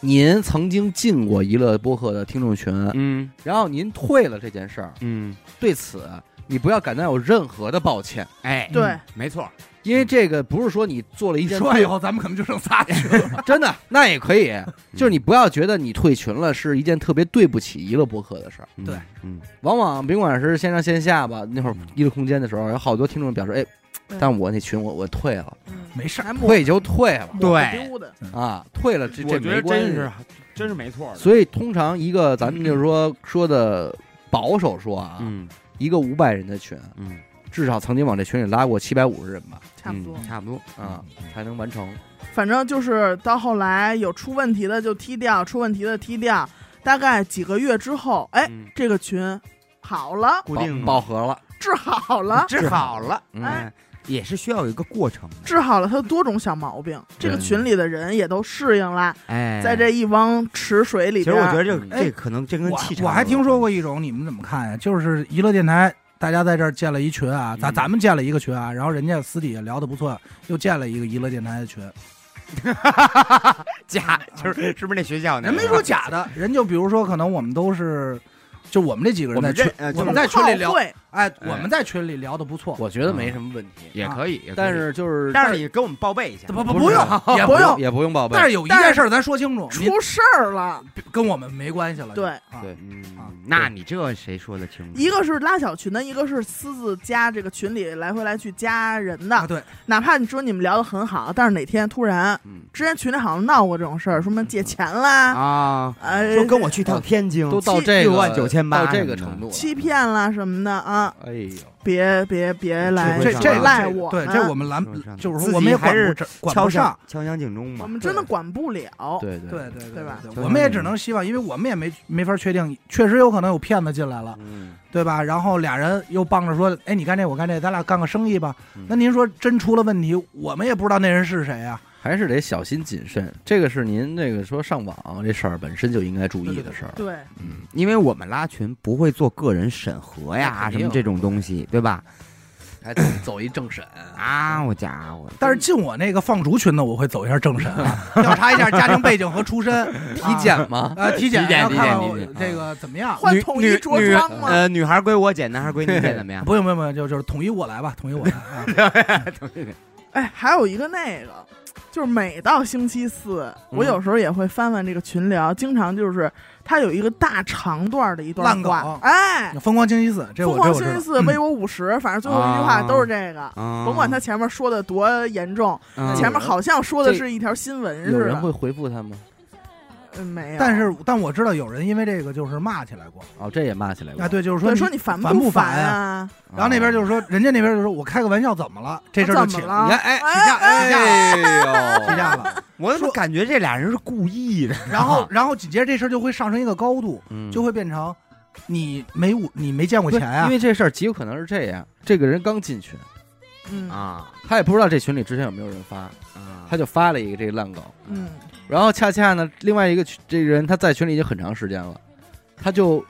您曾经进过娱乐播客的听众群，嗯然后您退了这件事儿，嗯，对此你不要感到有任何的抱歉，哎，对，没错，因为这个不是说你做了一 你件说完以后，咱们可能就剩仨群了。 真的那也可以，就是你不要觉得你退群了是一件特别对不起娱乐播客的事儿。嗯对，嗯，往往甭管是线上线下吧，那会儿嗯一乐空间的时候，有好多听众表示，哎嗯，但我那群我我退了，嗯没事儿，咱抹退就退了抹不对丢的，啊，退了这嗯我这觉没得关真系。是真是没错的，所以通常一个咱们就是说说的保守说啊，嗯一个五百人的群，嗯，至少曾经往这群里拉过七百五十人吧，差不多嗯。差不多 啊，才能完成。反正就是到后来有出问题的就踢掉，出问题的踢掉。大概几个月之后，哎，嗯这个群好了， 固定饱了和了，治好了，治好了，嗯哎，也是需要有一个过程的，治好了他的多种小毛病。这个群里的人也都适应了，哎，在这一汪池水里其实边，我觉得这哎这可能这跟我气场有我关，还听说过一种，你们怎么看呀？就是娱乐电台，大家在这儿建了一群啊，咱嗯咱们建了一个群啊，然后人家私底下聊的不错，又建了一个娱乐电台的群。假，就是是不是那学校那人个？啊没说假的，人就比如说，可能我们都是，就我们这几个人在群我们这呃，我就是们在群里好聊，会哎，我们在群里聊的不错。我觉得没什么问题。也可以，也可以但是就是，嗯但是你给我们报备一下，不不不不是用，啊也不不用。也不用报备但。是有一但件是事儿咱说清楚，您出事儿了。跟我们没关系了。对啊对啊嗯，那你这谁说的清楚？一个是拉小群的，一个是私自加这个群里来回来去加人啊，的。对，哪怕你说你们聊得很好，但是哪天突然，嗯之前群里好像闹过这种事儿，说什么借钱啦，啊，呃，说跟我去趟天津，都到这个六万九千八到这个程度了。欺骗啦什么的啊，哎呦，别别别来这这上这来赖我啊对们，这我们拦啊说上，来就是自说己我们也管还是不着管不上。敲响警钟我嘛。们真的管不了。对对对，对哦对吧嗯我们也只能希望，因为我们也没没法确定，确实有可能有骗子进来了，嗯，对吧？然后俩人又帮着说，哎，你干这，我干这，咱俩干个生意吧嗯。那您说真出了问题，我们也不知道那人是谁啊呀、还是得小心谨慎。这个是您那个说上网这事儿本身就应该注意的事儿。对，嗯，因为我们拉群不会做个人审核那呀，肯什定啊么这种东西，对吧？还走一政审啊，我家伙！但是进我那个放逐群的，我会走一下政审、啊，调查一下家庭背景和出身，体啊检吗？啊，体检，体检然后看看体检我体检这个怎么样？换女统女一着女装嘛，呃，女孩归我剪，男孩归你剪，怎么样？不用不用不用，就就是统一我来吧，统一我来啊。哎，还有一个那个，就是每到星期四，我有时候也会翻翻这个群聊，经常就是它有一个大长段的一段烂话梗，哎，疯狂星期四，这疯我这狂我知星期道。四微我五十，反正最后一句话啊都是这个，啊甭管他前面说的多严重，嗯前面好像说的这是啊一条新闻有似人会的，回复他吗？嗯，没有，但是但我知道有人因为这个就是骂起来过哦，这也骂起来了啊，。对，就是对说说你烦烦不烦烦啊？啊然后那边就是说，人家那边就说我开个玩笑怎么了？这事儿就起怎么了你看，哎，起架，哎起架了，呦，起架 了。我怎么感觉这俩人是故意的？然后，然后紧接着这事儿就会上升一个高度，就会会变成你没我，你没见过嗯不是钱啊因？为这事儿极有可能是这样：这个人刚进群，嗯啊他也不知道这群里之前有没有人发，啊他就发了一个这个烂梗。嗯，然后恰恰呢，另外一个群这个人他在群里已经很长时间了，他就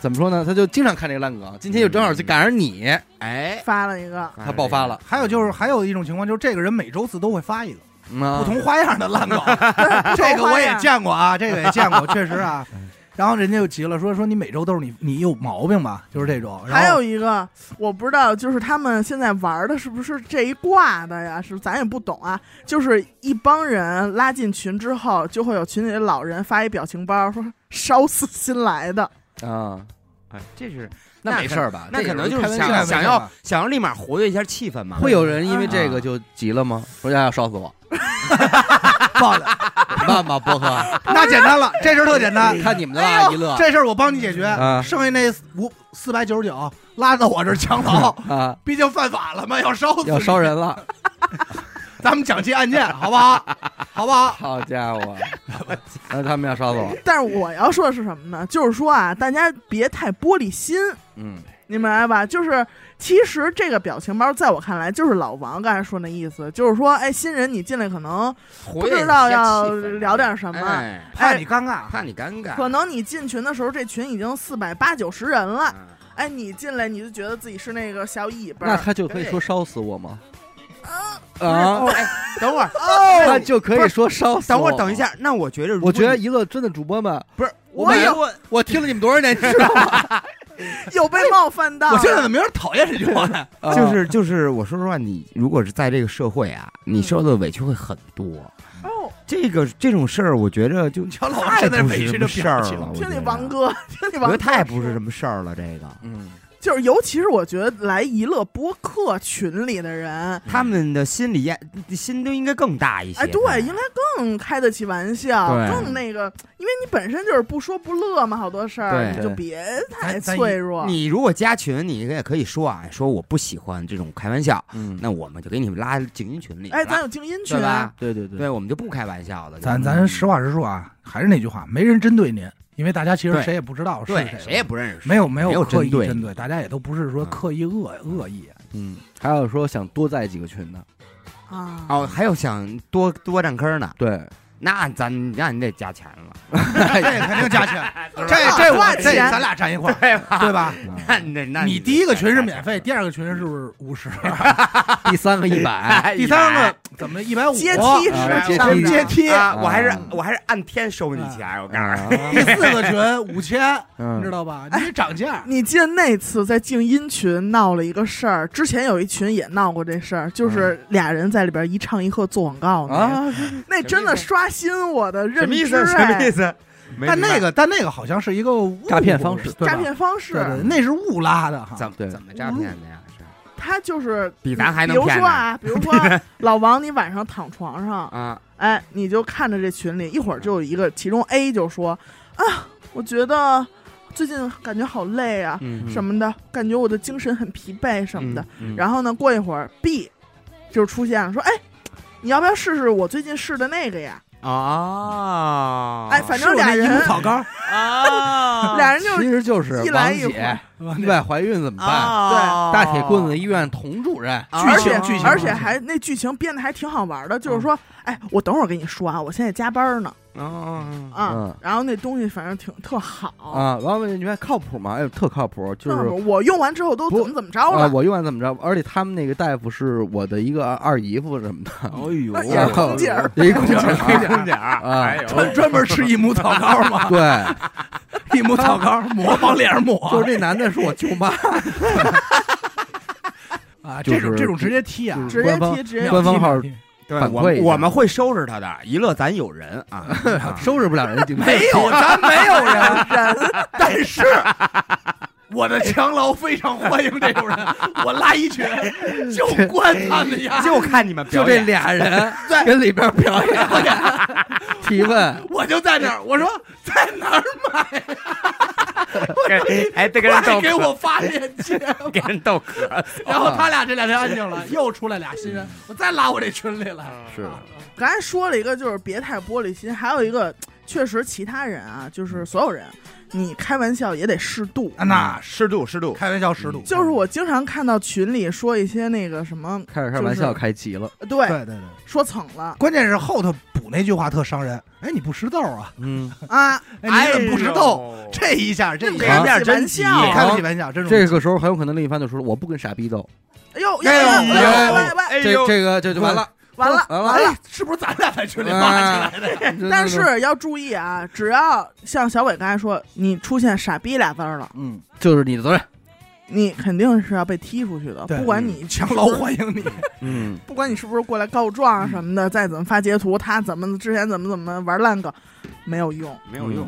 怎么说呢？他就经常看这个烂梗。今天就正好就赶上你，哎，发了一 个，他爆发了，还有就是，还有一种情况就是，这个人每周四都会发一个嗯啊不同花样的 烂梗，这个花我也样见过啊，这个也见过，确实 啊。嗯然后人家就急了，说说你每周都是你，你有毛病吧？就是这种。然后还有一个我不知道，就是他们现在玩的是不是这一挂的呀？是不是咱也不懂啊。就是一帮人拉进群之后，就会有群里的老人发一表情包，说烧死新来的。啊，哎这是那没事儿吧？那这可能就是是开玩这笑想想个是开玩笑要吧想要立马活跃一下气氛嘛。会有人因为这个就急了吗？说要烧死 我，爆了，慢吧，波哥，那简单了，这事儿特简单。看你们的哎吧，一乐这事儿我帮你解决，啊剩下那五四百九十九拉到我这 儿强劳，啊，毕竟犯法了嘛，要烧死你要烧人了。咱们讲起案件， 好不好？好不好？好家伙，那他们要烧死我。但是我要说的是什么呢？就是说啊，大家别太玻璃心，嗯，你明白吧？就是其实这个表情包在我看来，就是老王刚才说那意思，就是说，哎，新人你进来可 能活不跃一下知道要气氛聊点什么。哎怕你啊尴尬，怕你尴尬，可能你进群的时候，这群已经四百八九十人了，嗯哎，你进来你就觉得自己是那个小尾巴那儿，他就可以说烧死我吗？啊啊，，哎等会儿，他就可以说烧死等会我。儿，等一，下。那哦我觉着如果我你，觉得娱乐真的主播们，不是，我没有我听了你们多少年，知道吗？ 有被冒犯到。我现在怎么有点讨厌这句话呢？ 啊就是就是，我说实话，你如果是在这个社会啊，你受到的委屈会很多。哦，这个这种事儿，我觉得 就你瞧老王太现在不委是屈什的么事儿表情了。，我听你觉得王，哥， 听你我觉王得哥，太不是什么事儿了。这个嗯，就是尤其是我觉得来娱乐播客群里的人，他们的心理压心都应该更大一些。哎，对，应该更开得起玩笑，对更那个，因为你本身就是不说不乐嘛，好多事儿对你就别太咱咱脆弱。你如果加群，你也可以说啊，说我不喜欢这种开玩笑，嗯，那我们就给你们拉静音群里，哎，咱有静音群啊对，吧？对对对对，我们就不开玩笑了。 咱就嗯咱实话实说啊，还是那句话，没人针对您，因为大家其实对谁也不知道是对谁谁也哎不认识，没有没没有刻意针对针对，嗯大家也都不是说刻意恶恶意。嗯，还有说想多在几个群的，啊，哦，还有想多多占坑呢，对，那咱那你得加钱了，这哎 肯定加钱，这这我这咱俩站一块儿，对吧？那你得那你第一个群是 免费，第二个群是不是五十？第三个一百，哎 第三个怎么一 百五？阶梯啊式阶上梯的阶梯。啊，我还是啊我还是按天收你钱，我告啊诉你，第四个群五千，嗯你知道吧？你得涨价。你记得那次在静音群闹了一个事儿，之前有一群也闹过这事儿，就是俩人在里边一唱一和做广告呢，啊，那真的刷新我的什认么意知、思？什么意哎，思？没但明白那个但那个好像是一个误诈骗方式对吧诈骗方式，对对，那是误拉的哈。怎么对怎么诈骗的呀？是他就是比咱还能比如骗说呢啊，比如 说老王，你晚上躺床上，啊，哎，你就看着这群里，一会儿就有一个，其中 A 就说啊，我觉得最近感觉好累啊，嗯什么的，感觉我的精神很疲惫什么的。，嗯然后呢，过一会儿 B 就出现了，说哎。你要不要试试我最近试的那个呀？啊，哎，反正俩是我那一人木，草 膏，啊，俩人就其是实就是一来王一回姐意外怀孕怎么啊哦办？大铁棍子医院童主任，剧而情 且剧情啊嗯而且还那剧情编的还挺好玩的，就是说，哎，我等会儿给你说啊，我现在加班呢哦啊啊嗯，然后那东西反正挺特好，啊，然后你们靠谱吗？哎，特靠谱，就那是我用完之后都不怎么怎么着啊，了，我用完怎么着？而且他们那个大夫是我的一个二二姨夫什么的，那也然是后空姐儿，一空姐空姐儿，儿点儿啊哎呦专专门吃益母草膏 嘛，对，益母草膏抹往脸上抹，就是这男的是我舅妈，哎啊，就这是种这种直接踢啊，直接官方贴直接官方号 踢 对，反我馈一们下我们会收拾他的，娱乐咱有人啊，啊收拾不了人家，没有，咱没有 人，但是 我的强劳非常欢迎这种人，我拉一群就关他们 呀，就看你们就表这演，俩人跟里边表演 提 问，我就在那儿，我说在哪儿买，啊给 哎，这个人快逗给咳，我发链接。 给人逗咳，然后他俩这两天安静了，又出来俩新人，我再拉我这群里来。是刚才说了一个就是别太玻璃心，还有一个确实其他人啊，嗯就是所有人，你开玩笑也得适度。那适度适度，开玩笑适度，嗯就是我经常看到群里说一些那个什么，开着开玩笑开急了，对，对对，说蹭了关键是后头补那句话特伤人。哎，你不识逗啊？嗯，啊，哎，你怎么不识逗？哎呦这一下，这一给下啊人家面玩真急笑，开不起玩笑，这种这个时候很有可能另一方就说了我不跟傻逼斗，哎呦，哎呦哎呦哎呦喂喂，哎这呦，这个这就完了，完了完哎了，，是不是咱俩在群里骂起来的？嗯但是要注意啊，只要像小伟刚才说，你出现“傻逼”俩字儿了，嗯，就是你的责任，你肯定是要被踢出去的。对不管你强劳欢迎你，嗯，不管你是不是过来告状啊什么的，再怎么发截图，他怎么之前怎么怎么玩烂梗，没有用。没有用，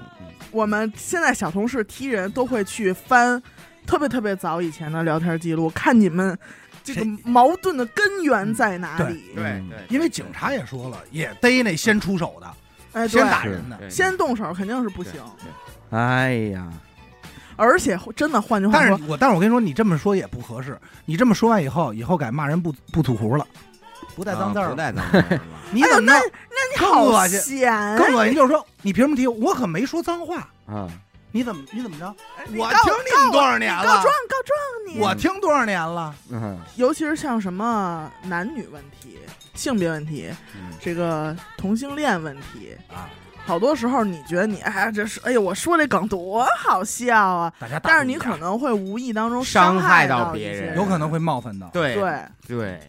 我们现在小同事踢人都会去翻特别特别早以前的聊天记录，看你们这个谁矛盾的根源在哪对里。嗯对，因为警察也说了，也逮那先出手的，哎，对先，打人的。对先动手肯定是不行。哎呀，而且真的，换句话 但说，是我但是我跟你说，你这么说也不合适。你这么说完以后，以后改骂人不不吐胡了， 不带脏字啊儿不了。带 脏字儿了你怎哎呦么弄那你更好恶心闲啊，更恶心就是说，你凭什么提我？我可没说脏话，啊，你怎么你怎么着？你我告听哎你们多少年告了状？告状你，我听多少年了？嗯尤其是像什么男女问题、性别问题、嗯这个同性恋问题啊，好多时候你觉得你哎呀这是哎呦我说这梗多好笑啊，大家但是你可能会无意当中伤害害到一别些人有可能会冒犯到。对对。对，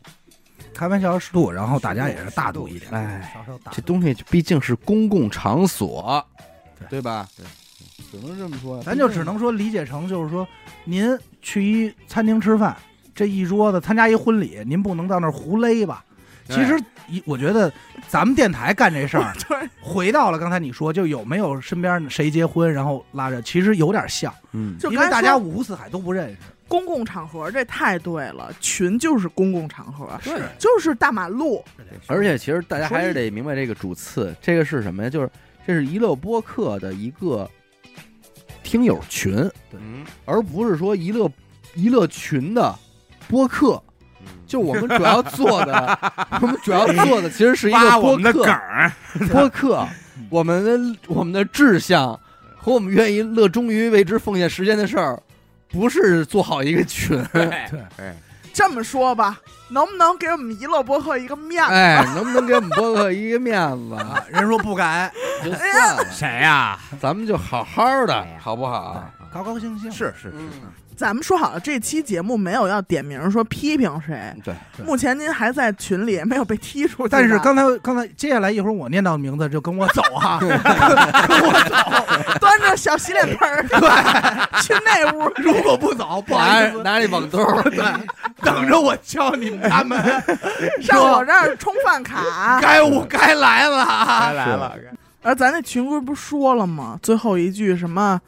开玩笑适度，然后大家也是大度一点，哎稍稍大这东西毕竟是公共场所对，对吧？只能这么说呀。咱就只能说啊理解成就是说，您去一餐厅吃饭，这一桌子参加一婚礼，您不能到那儿胡勒吧？对其实一，我觉得咱们电台干这事儿， 对，回到了刚才你说，就有没有身边谁结婚，然后拉着，其实有点像，嗯，就因刚为才大家说五湖四海都不认识。公共场合这太对了，群就是公共场合， 是，就是大马路，而且其实大家还是得明白这个主次，这个是什么呀？就是这是娱乐播客的一个听友群，嗯，而不是说娱乐娱乐群的播客。嗯就我们主要做的，我们主要做的其实是一挖个我播们的梗客，儿，播客，我们的我们的志向和我们愿意乐衷于为之奉献时间的事儿，不是做好一个群。啊 对对，这么说吧，能不能给我们娱乐播客一个面呃子？ 哎，能不能给我们播客一个面子？ 啊，人说不敢，就算了，谁呀？咱们就好好哎的呀，哎好不啊好？ 高高兴兴。是是是，咱们说好了，这期节目没有要点名说批评谁。嗯对，对目前您还在群里没有被踢出去吧，但是刚才刚才接下来一会儿我念到名字就跟我走啊，跟我走。端着小洗脸盆儿 去那屋， 如果不走，不好拿意着思，拿着网兜儿，等着我敲你们家门，上我这儿充饭卡。该我该来了啊。该来了，而咱那群规不是说了吗？最后一句什么？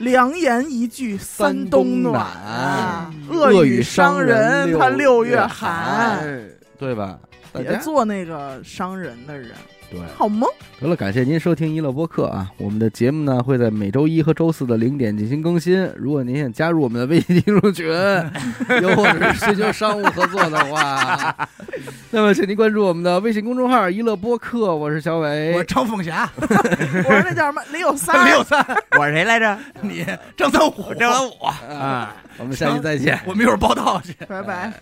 良言一句三冬暖啊，恶语语伤人人他六月月寒。哎对吧？大别家做那个伤人的人，对。好吗？得了，感谢您收听娱乐播客啊！我们的节目呢会在每周一和周四的零点进行更新。如果您想加入我们的微信听众群，又或者是寻求商务合作的话，那么请您关注我们的微信公众号“娱乐播客”，我是小我伟，张凤霞，我说那叫什么？李有 三，没有三，我是谁来着？你张三虎， 我张文武啊啊。我们下期再见。我们一会儿报道去。拜拜。